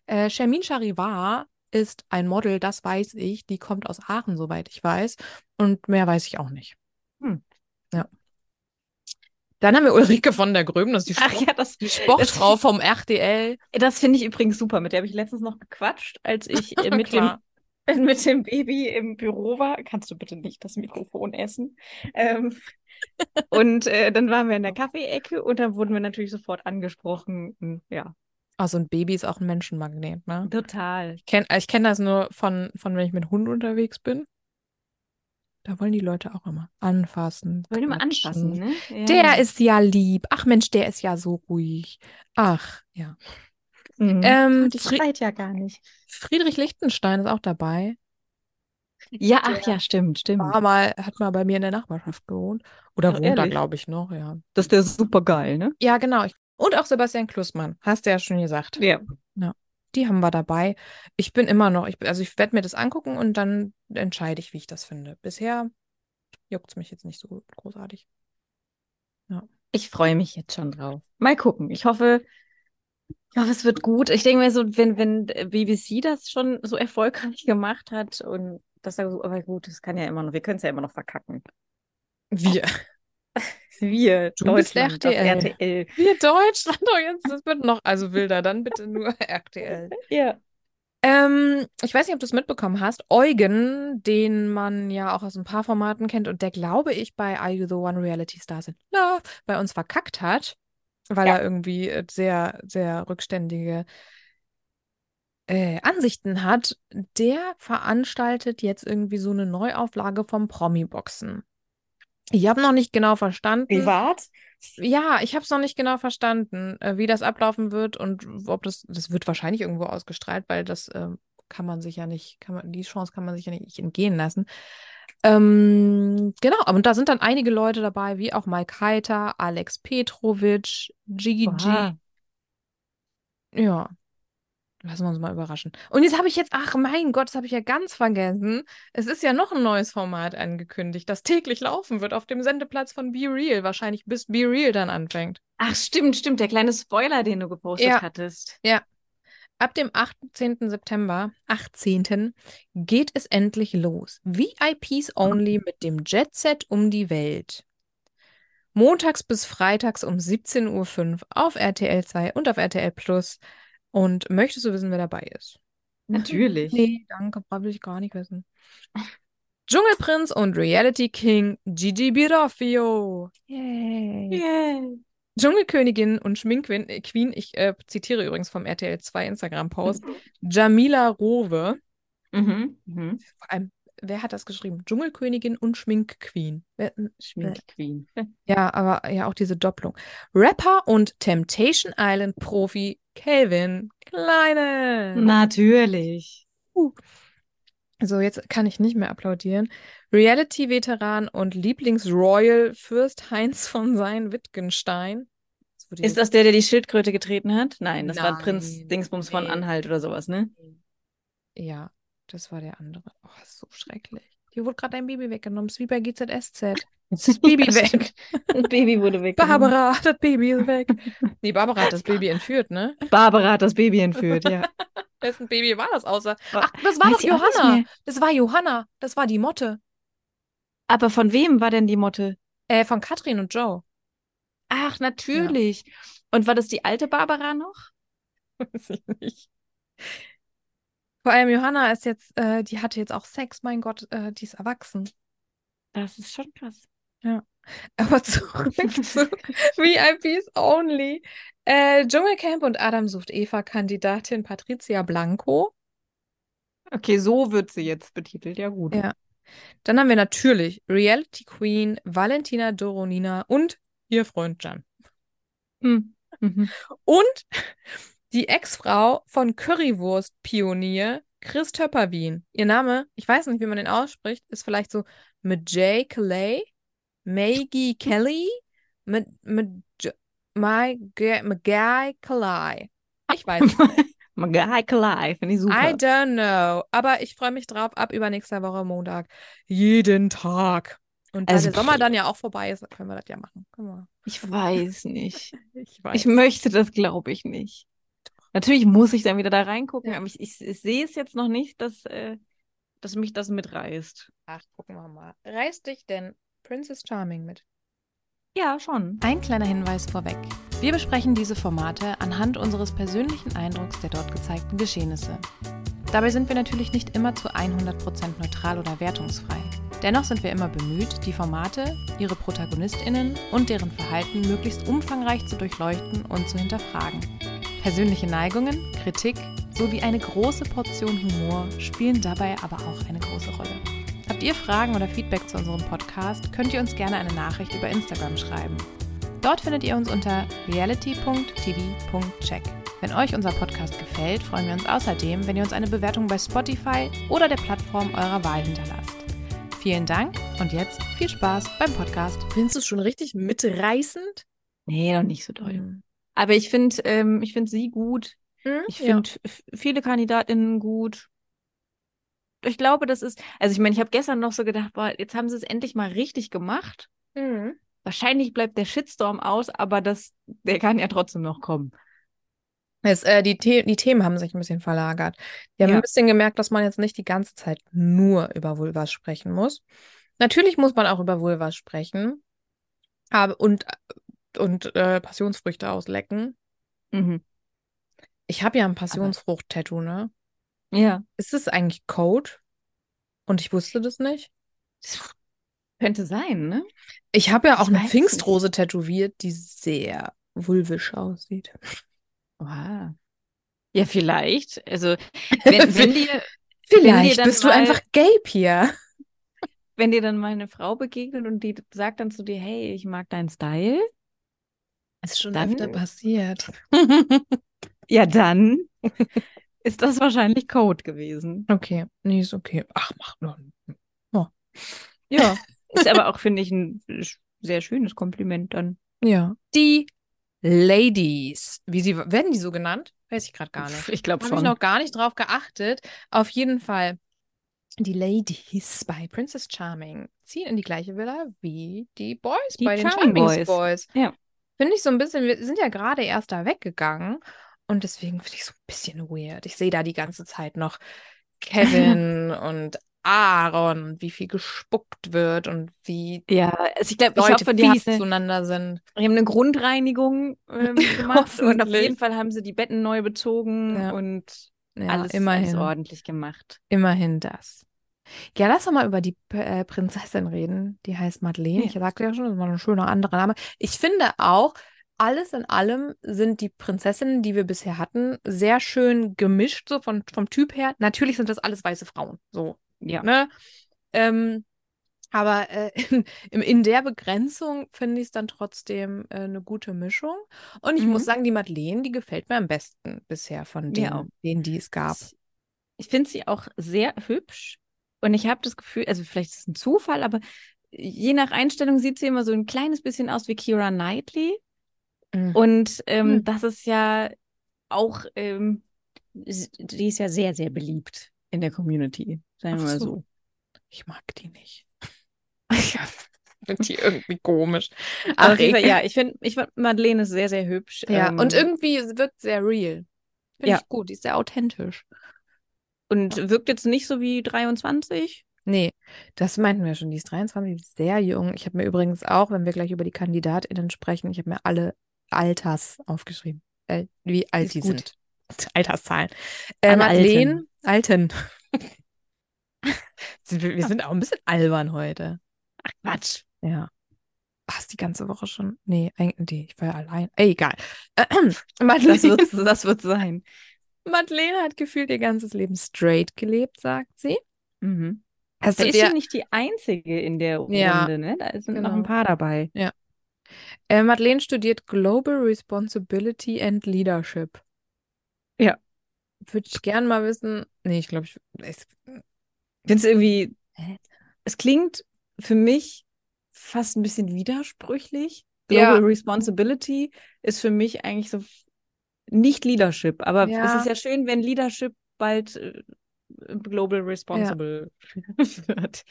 [SPEAKER 2] Äh, Shermin Charivar ist ein Model, das weiß ich. Die kommt aus Aachen, soweit ich weiß. Und mehr weiß ich auch nicht.
[SPEAKER 3] Hm.
[SPEAKER 2] Ja. Dann haben wir Ulrike von der Gröben, das ist die,
[SPEAKER 3] Ach
[SPEAKER 2] Sport
[SPEAKER 3] ja, das,
[SPEAKER 2] die Sportfrau vom RTL.
[SPEAKER 3] das finde ich übrigens super. Mit der habe ich letztens noch gequatscht, als ich äh, mit, dem,
[SPEAKER 2] Klar.
[SPEAKER 3] mit dem Baby im Büro war. Kannst du bitte nicht das Mikrofon essen? Ähm, und äh, dann waren wir in der Kaffeeecke und dann wurden wir natürlich sofort angesprochen. Hm, Ja,
[SPEAKER 2] Ah, so ein Baby ist auch ein Menschenmagnet, ne?
[SPEAKER 3] total.
[SPEAKER 2] Ich kenne also ich kenn das nur von, von, wenn ich mit Hund unterwegs bin. Da wollen die Leute auch immer anfassen.
[SPEAKER 3] Wollen wir mal
[SPEAKER 2] quatschen.
[SPEAKER 3] anfassen, ne? Ja,
[SPEAKER 2] Der
[SPEAKER 3] ja.
[SPEAKER 2] ist ja lieb. Ach Mensch, der ist ja so ruhig. Ach, ja.
[SPEAKER 3] Mhm.
[SPEAKER 2] Ähm,
[SPEAKER 3] Die
[SPEAKER 2] Fri
[SPEAKER 3] schreit ja gar nicht.
[SPEAKER 2] Friedrich Lichtenstein ist auch dabei.
[SPEAKER 3] Ja, ach ja, stimmt, stimmt.
[SPEAKER 2] War mal, hat mal bei mir in der Nachbarschaft gewohnt. Oder
[SPEAKER 3] Mhm. Ach,
[SPEAKER 2] wohnt da,
[SPEAKER 3] ehrlich?
[SPEAKER 2] glaube ich, noch, ja.
[SPEAKER 3] Das ist der super geil, ne?
[SPEAKER 2] Ja, genau. Ich- Und auch Sebastian Klussmann, hast du ja schon gesagt.
[SPEAKER 3] Ja.
[SPEAKER 2] Die haben wir dabei. Ich bin immer noch, ich, also ich werde mir das angucken und dann entscheide ich, wie ich das finde. Bisher juckt es mich jetzt nicht so großartig.
[SPEAKER 3] Ich freue mich jetzt schon drauf. Mal gucken. Ich hoffe, ich hoffe, es wird gut. Ich denke mir so, wenn, wenn äh, BBC das schon so erfolgreich gemacht hat und das dann so, aber gut, das kann ja immer noch, wir können es ja immer noch verkacken.
[SPEAKER 2] Wir.
[SPEAKER 3] Wir,
[SPEAKER 2] Du bist
[SPEAKER 3] Deutschland, das
[SPEAKER 2] RTL.
[SPEAKER 3] RTL.
[SPEAKER 2] Wir Deutschland, oh jetzt, das wird noch, also wilder, dann bitte nur RTL.
[SPEAKER 3] Ja.
[SPEAKER 2] Ähm, ich weiß nicht, ob du es mitbekommen hast. Eugen, den man ja auch aus ein paar Formaten kennt und der, glaube ich, bei Are You the One Reality Stars in Love bei uns verkackt hat, weil
[SPEAKER 3] Ja.
[SPEAKER 2] er irgendwie äh, sehr, sehr rückständige äh, Ansichten hat, der veranstaltet jetzt irgendwie so eine Neuauflage vom Promi-Boxen. Ich habe noch nicht genau verstanden.
[SPEAKER 3] Privat?
[SPEAKER 2] Ja, ich habe es noch nicht genau verstanden, äh, wie das ablaufen wird und ob das, das wird wahrscheinlich irgendwo ausgestrahlt, weil das ähm, kann man sich ja nicht, kann man, die Chance kann man sich ja nicht entgehen lassen. Ähm, genau, und da sind dann einige Leute dabei, wie auch Mike Heiter, Alex Petrovic, Gigi G.
[SPEAKER 3] Oha.
[SPEAKER 2] Ja, lassen wir uns mal überraschen. Und jetzt habe ich jetzt, ach mein Gott, das habe ich ja ganz vergessen. Es ist ja noch ein neues Format angekündigt, das täglich laufen wird auf dem Sendeplatz von Be Real, wahrscheinlich bis Be Real dann anfängt.
[SPEAKER 3] Ach, stimmt, stimmt. Der kleine Spoiler, den du gepostet
[SPEAKER 2] Ja.
[SPEAKER 3] hattest.
[SPEAKER 2] Ab dem 18. September, 18. geht es endlich los. VIPs only mit dem Jet Set um die Welt. Montags bis freitags um 17.05 Uhr auf RTL 2 und auf RTL Plus. Und möchtest du wissen, wer dabei ist?
[SPEAKER 3] Natürlich.
[SPEAKER 2] Nee, danke, brauche ich gar nicht wissen. Dschungelprinz und Reality King Gigi Birofio. Yay.
[SPEAKER 3] Yay.
[SPEAKER 2] Dschungelkönigin und Schminkqueen, äh, Queen, ich äh, zitiere übrigens vom RTL 2 Instagram-Post, Jamila Rowe.
[SPEAKER 3] Mhm. Mhm.
[SPEAKER 2] Vor allem, wer hat das geschrieben? Dschungelkönigin und Schminkqueen. Wer- hm,
[SPEAKER 3] Schminkqueen.
[SPEAKER 2] Ja, aber ja auch diese Doppelung. Rapper und Temptation Island-Profi Calvin
[SPEAKER 3] äh.
[SPEAKER 2] Kleine.
[SPEAKER 3] Natürlich.
[SPEAKER 2] So, jetzt kann ich nicht mehr applaudieren. Reality-Veteran und Lieblingsroyal Fürst Heinz von Sein Wittgenstein. Das wurde
[SPEAKER 3] Ist
[SPEAKER 2] jetzt-
[SPEAKER 3] das der, der die Schildkröte getreten hat? Nein, das war
[SPEAKER 2] Nein,
[SPEAKER 3] Prinz Dingsbums von
[SPEAKER 2] nee.
[SPEAKER 3] Anhalt oder sowas, ne?
[SPEAKER 2] Ja, das war der andere. Oh, ist so schrecklich. Hier wurde gerade ein Baby weggenommen. Es ist wie bei GZSZ. Das Baby
[SPEAKER 3] Ja,
[SPEAKER 2] weg.
[SPEAKER 3] stimmt. Das Baby wurde weg. genau.
[SPEAKER 2] Barbara, das Baby ist weg. Nee, Barbara hat das Baby entführt, ne?
[SPEAKER 3] Barbara hat das Baby entführt, ja.
[SPEAKER 2] Wessen Baby war das außer?
[SPEAKER 3] Wa-
[SPEAKER 2] Ach, das war
[SPEAKER 3] Weiß
[SPEAKER 2] doch
[SPEAKER 3] ich auch nicht
[SPEAKER 2] Johanna.
[SPEAKER 3] mehr.
[SPEAKER 2] Das war Johanna. Das war die Motte.
[SPEAKER 3] Aber von wem war denn die Motte?
[SPEAKER 2] Äh, von Katrin und Joe.
[SPEAKER 3] Ach, natürlich. Und war das die alte Barbara noch?
[SPEAKER 2] Weiß ich nicht. Vor allem Johanna ist jetzt, äh, die hatte jetzt auch Sex, mein Gott, äh, die ist erwachsen.
[SPEAKER 3] Das ist schon krass.
[SPEAKER 2] Aber zurück zu VIPs only. Äh, Dschungelcamp und Adam sucht Eva-Kandidatin Patricia Blanco.
[SPEAKER 3] Okay, so wird sie jetzt betitelt. Ja, gut.
[SPEAKER 2] Ja. Dann haben wir natürlich Reality Queen, Valentina Doronina und ihr Freund Jan.
[SPEAKER 3] Hm. Mhm.
[SPEAKER 2] Und die Ex-Frau von Currywurst-Pionier Chris Töpperwien. Ihr Name, ich weiß nicht, wie man den ausspricht, ist vielleicht so mit Jay Clay, Maggie Kelly, mit, mit J- My, G- mit Guy Clay. Ich weiß es nicht.
[SPEAKER 3] Magalai, finde ich
[SPEAKER 2] I
[SPEAKER 3] super.
[SPEAKER 2] don't know. Aber ich freue mich drauf, ab übernächster Woche Montag. Jeden Tag. Und da
[SPEAKER 3] Also,
[SPEAKER 2] der Sommer
[SPEAKER 3] pff.
[SPEAKER 2] dann ja auch vorbei ist, können wir das ja machen. Guck mal.
[SPEAKER 3] Ich weiß nicht.
[SPEAKER 2] Ich weiß.
[SPEAKER 3] Ich möchte das, glaube ich, nicht. Natürlich muss ich dann wieder da reingucken,
[SPEAKER 2] Ja.
[SPEAKER 3] aber ich, ich, ich sehe es jetzt noch nicht, dass, äh, dass mich das mitreißt.
[SPEAKER 2] Ach, gucken wir mal. Reiß dich denn Princess Charming mit?
[SPEAKER 3] Ja, schon.
[SPEAKER 1] Ein kleiner Hinweis vorweg. Wir besprechen diese Formate anhand unseres persönlichen Eindrucks der dort gezeigten Geschehnisse. Dabei sind wir natürlich nicht immer zu 100% neutral oder wertungsfrei. Dennoch sind wir immer bemüht, die Formate, ihre Protagonistinnen und deren Verhalten möglichst umfangreich zu durchleuchten und zu hinterfragen. Persönliche Neigungen, Kritik sowie eine große Portion Humor spielen dabei aber auch eine große Rolle. Habt ihr Fragen oder Feedback zu unserem Podcast, könnt ihr uns gerne eine Nachricht über Instagram schreiben. Dort findet ihr uns unter reality.tv.check. Wenn euch unser Podcast gefällt, freuen wir uns außerdem, wenn ihr uns eine Bewertung bei Spotify oder der Plattform eurer Wahl hinterlasst. Vielen Dank und jetzt viel Spaß beim Podcast.
[SPEAKER 2] Findest du es schon richtig mitreißend?
[SPEAKER 3] Nee, noch nicht so doll. Aber ich finde ähm, ich find sie gut.
[SPEAKER 2] Hm?
[SPEAKER 3] Ich finde viele KandidatInnen gut. Ich glaube, das ist, also ich meine, ich habe gestern noch so gedacht, boah, jetzt haben sie es endlich mal richtig gemacht.
[SPEAKER 2] Ja. Hm.
[SPEAKER 3] Wahrscheinlich bleibt der Shitstorm aus, aber das, der kann ja trotzdem noch kommen.
[SPEAKER 2] Es, äh, die, The die Themen haben sich ein bisschen verlagert. Wir haben
[SPEAKER 3] Ja.
[SPEAKER 2] ein bisschen gemerkt, dass man jetzt nicht die ganze Zeit nur über Vulvas sprechen muss. Natürlich muss man auch über Vulvas sprechen aber, und, und äh, Passionsfrüchte auslecken.
[SPEAKER 3] Mhm.
[SPEAKER 2] Ich habe ja ein Passionsfrucht-Tattoo, ne?
[SPEAKER 3] Ja.
[SPEAKER 2] Ist es eigentlich Code? Und ich wusste das nicht.
[SPEAKER 3] Das könnte sein, ne?
[SPEAKER 2] Ich habe ja auch
[SPEAKER 3] Ich
[SPEAKER 2] eine
[SPEAKER 3] weiß es
[SPEAKER 2] Pfingstrose tätowiert, die sehr vulvisch aussieht.
[SPEAKER 3] Oha. Ja, vielleicht. Also, wenn, wenn, dir, Wenn dir
[SPEAKER 2] Vielleicht
[SPEAKER 3] dann
[SPEAKER 2] bist du
[SPEAKER 3] mal-
[SPEAKER 2] einfach gelb hier.
[SPEAKER 3] wenn dir dann mal eine Frau begegnet und die sagt dann zu dir, hey, ich mag deinen Style,
[SPEAKER 2] Ist schon
[SPEAKER 3] Dann-
[SPEAKER 2] öfter passiert.
[SPEAKER 3] ja, dann ist das wahrscheinlich Code gewesen.
[SPEAKER 2] Okay, nee, ist okay. Ach, mach nur. Oh. Ja,
[SPEAKER 3] Ist aber auch, finde ich, ein sch- sehr schönes Kompliment dann.
[SPEAKER 2] ja. Die Ladies, wie sie werden die so genannt? Weiß ich gerade gar nicht.
[SPEAKER 3] Pff, Ich glaube
[SPEAKER 2] Habe ich
[SPEAKER 3] schon.
[SPEAKER 2] noch gar nicht drauf geachtet. Auf jeden Fall, die Ladies bei Princess Charming ziehen in die gleiche Villa wie die Boys
[SPEAKER 3] Die
[SPEAKER 2] bei den
[SPEAKER 3] Charming
[SPEAKER 2] Charming
[SPEAKER 3] Boys.
[SPEAKER 2] Boys.
[SPEAKER 3] Ja.
[SPEAKER 2] Finde ich so ein bisschen, wir sind ja gerade erst da weggegangen. Und deswegen finde ich so ein bisschen weird. Ich sehe da die ganze Zeit noch Kevin und Aaron und wie viel gespuckt wird und wie
[SPEAKER 3] Ja, also ich glaube, ich
[SPEAKER 2] Leute
[SPEAKER 3] hoffe, die haben,
[SPEAKER 2] fies
[SPEAKER 3] eine,
[SPEAKER 2] zueinander sind.
[SPEAKER 3] die haben eine Grundreinigung ähm, gemacht und auf
[SPEAKER 2] Hoffentlich.
[SPEAKER 3] jeden Fall haben sie die Betten neu bezogen
[SPEAKER 2] Ja.
[SPEAKER 3] und
[SPEAKER 2] Ja,
[SPEAKER 3] alles, alles
[SPEAKER 2] immerhin.
[SPEAKER 3] ordentlich gemacht.
[SPEAKER 2] Immerhin das. Ja, lass doch mal über die P- äh, Prinzessin reden. Die heißt Madeleine.
[SPEAKER 3] Ja.
[SPEAKER 2] Ich sagte ja schon, das war ein schöner anderer Name. Ich finde auch, alles in allem sind die Prinzessinnen, die wir bisher hatten, sehr schön gemischt, so von, vom Typ her. Natürlich sind das alles weiße Frauen, so,
[SPEAKER 3] Ja.
[SPEAKER 2] ne? Ähm, aber äh, in, in der Begrenzung finde ich es dann trotzdem äh, eine gute Mischung. Und ich muss
[SPEAKER 3] Mhm.
[SPEAKER 2] sagen, die Madeleine, die gefällt mir am besten bisher von
[SPEAKER 3] Mir
[SPEAKER 2] denen,
[SPEAKER 3] auch.
[SPEAKER 2] denen die es gab.
[SPEAKER 3] Ich, ich finde sie auch sehr hübsch und ich habe das Gefühl, also vielleicht ist es ein Zufall, aber je nach Einstellung sieht sie immer so ein kleines bisschen aus wie Kira Knightley.
[SPEAKER 2] Mhm.
[SPEAKER 3] Und ähm,
[SPEAKER 2] Hm.
[SPEAKER 3] das ist ja auch, ähm, s- die ist ja sehr, sehr beliebt in der Community, sagen wir
[SPEAKER 2] Ach
[SPEAKER 3] mal
[SPEAKER 2] so.
[SPEAKER 3] so.
[SPEAKER 2] Ich mag die nicht. Ich finde die irgendwie komisch.
[SPEAKER 3] Aber
[SPEAKER 2] Aber
[SPEAKER 3] auf jeden Fall,
[SPEAKER 2] egal.
[SPEAKER 3] ja, ich finde, ich find, Madeleine ist sehr, sehr hübsch.
[SPEAKER 2] ja.
[SPEAKER 3] ähm,
[SPEAKER 2] Und irgendwie es wirkt sehr real. Finde
[SPEAKER 3] Ja.
[SPEAKER 2] ich gut. Die ist sehr authentisch.
[SPEAKER 3] und wirkt jetzt nicht so wie 23.
[SPEAKER 2] Nee, Ne, das meinten wir schon. Die ist 23, die ist sehr jung. Ich habe mir übrigens auch, wenn wir gleich über die KandidatInnen sprechen, ich habe mir alle Alters aufgeschrieben. Äh, wie alt
[SPEAKER 3] Ist
[SPEAKER 2] die
[SPEAKER 3] gut.
[SPEAKER 2] sind. Alterszahlen. Äh,
[SPEAKER 3] Alle Alten.
[SPEAKER 2] Madeleine, Alten. Sind wir, wir sind auch ein bisschen albern heute.
[SPEAKER 3] Ach Quatsch.
[SPEAKER 2] Ja. War es die ganze Woche schon? Nee, eigentlich, nee, ich war ja allein. Ey, egal.
[SPEAKER 3] Das
[SPEAKER 2] Madeleine,
[SPEAKER 3] wird das wird's sein.
[SPEAKER 2] Madeleine hat gefühlt ihr ganzes Leben straight gelebt, sagt sie. Also
[SPEAKER 3] Mhm.
[SPEAKER 2] Hast
[SPEAKER 3] Da
[SPEAKER 2] du
[SPEAKER 3] ist sie
[SPEAKER 2] dir,
[SPEAKER 3] nicht die Einzige in der Runde,
[SPEAKER 2] Ja,
[SPEAKER 3] ne? Da sind noch
[SPEAKER 2] genau.
[SPEAKER 3] ein paar dabei.
[SPEAKER 2] äh, Madeleine studiert Global Responsibility and Leadership.
[SPEAKER 3] Ja.
[SPEAKER 2] Würde ich gern mal wissen. Nee, ich glaube, ich. Es,
[SPEAKER 3] Findest du irgendwie,
[SPEAKER 2] Hä?
[SPEAKER 3] es klingt für mich fast ein bisschen widersprüchlich.
[SPEAKER 2] Ja.
[SPEAKER 3] Global Responsibility ist für mich eigentlich so f- nicht Leadership, aber es
[SPEAKER 2] Ja.
[SPEAKER 3] ist ja schön, wenn Leadership bald äh, Global Responsible wird.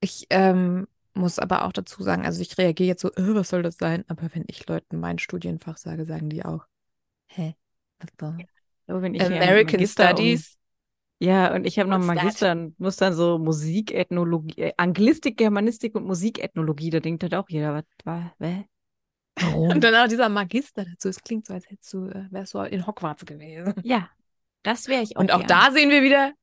[SPEAKER 2] Ich ähm, muss aber auch dazu sagen, also ich reagiere jetzt so, äh, was soll das sein? Aber wenn ich Leuten mein Studienfach sage, sagen die auch, hä? Was soll-
[SPEAKER 3] Aber wenn ich hier einen
[SPEAKER 2] American
[SPEAKER 3] Magister um-
[SPEAKER 2] Studies.
[SPEAKER 3] ja, und ich habe noch einen
[SPEAKER 2] What's that?
[SPEAKER 3] Magister und muss dann so Musikethnologie, äh, Anglistik, Germanistik und Musikethnologie, da denkt halt auch jeder, was, was, hä? Warum?
[SPEAKER 2] Und dann auch dieser Magister dazu. Es klingt so, als hättest du, äh, wärst du in Hogwarts gewesen.
[SPEAKER 3] ja, das wäre ich auch
[SPEAKER 2] Und auch
[SPEAKER 3] gern.
[SPEAKER 2] da sehen wir wieder,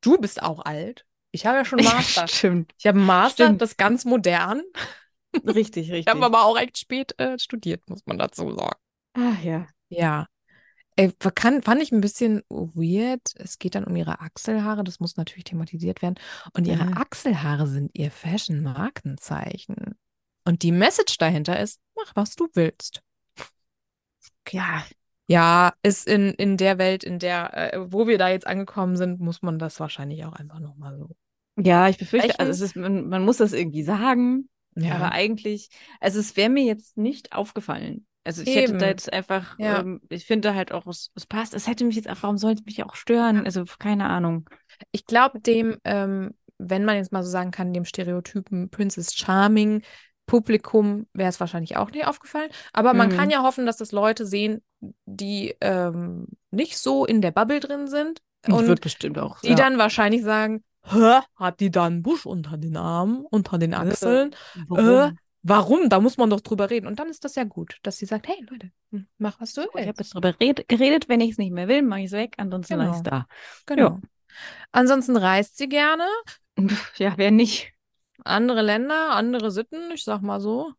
[SPEAKER 2] du bist auch alt. Ich habe ja schon einen
[SPEAKER 3] Ja,
[SPEAKER 2] Master.
[SPEAKER 3] stimmt.
[SPEAKER 2] Ich habe einen Master,
[SPEAKER 3] Stimmt.
[SPEAKER 2] das ist ganz modern.
[SPEAKER 3] Richtig, richtig.
[SPEAKER 2] Ich habe aber auch recht spät äh, studiert, muss man dazu sagen.
[SPEAKER 3] Ach Ah, ja.
[SPEAKER 2] Ja. Ey, kann, fand ich ein bisschen weird. Es geht dann um ihre Achselhaare. Das muss natürlich thematisiert werden. Und ihre
[SPEAKER 3] Ja.
[SPEAKER 2] Achselhaare sind ihr Fashion-Markenzeichen. Und die Message dahinter ist, mach, was du willst.
[SPEAKER 3] Ja,
[SPEAKER 2] Ja, ist in, in der Welt, in der, äh, wo wir da jetzt angekommen sind, muss man das wahrscheinlich auch einfach nochmal so.
[SPEAKER 3] ja ich befürchte,
[SPEAKER 2] Welchen-
[SPEAKER 3] also es ist, man, man muss das irgendwie sagen, aber
[SPEAKER 2] Ja.
[SPEAKER 3] eigentlich, also es wäre mir jetzt nicht aufgefallen. Also ich hätte da
[SPEAKER 2] Eben.
[SPEAKER 3] jetzt einfach,
[SPEAKER 2] Ja.
[SPEAKER 3] ähm, ich finde halt auch, es, es passt, es hätte mich jetzt auch, warum sollte es mich auch stören? Also keine Ahnung.
[SPEAKER 2] Ich glaube, dem, ähm, wenn man jetzt mal so sagen kann, dem Stereotypen Princess Charming Publikum wäre es wahrscheinlich auch nicht aufgefallen. Aber man
[SPEAKER 3] Mhm.
[SPEAKER 2] kann ja hoffen, dass das Leute sehen, die ähm, nicht so in der Bubble drin sind und
[SPEAKER 3] wird bestimmt auch.
[SPEAKER 2] die
[SPEAKER 3] ja.
[SPEAKER 2] dann wahrscheinlich sagen, Hä, hat die da einen Busch unter den Armen, unter den Achseln?
[SPEAKER 3] Warum?
[SPEAKER 2] Warum? Da muss man doch drüber reden. Und dann ist das ja gut, dass sie sagt, hey Leute, hm, mach was du
[SPEAKER 3] Oh, ich
[SPEAKER 2] willst.
[SPEAKER 3] habe jetzt drüber red, geredet, wenn ich es nicht mehr will, mache ich es weg, ansonsten
[SPEAKER 2] Genau.
[SPEAKER 3] mache ich es da.
[SPEAKER 2] Genau. Ansonsten reist sie gerne.
[SPEAKER 3] Pff, Ja, wer nicht?
[SPEAKER 2] Andere Länder, andere Sitten, ich sag mal so.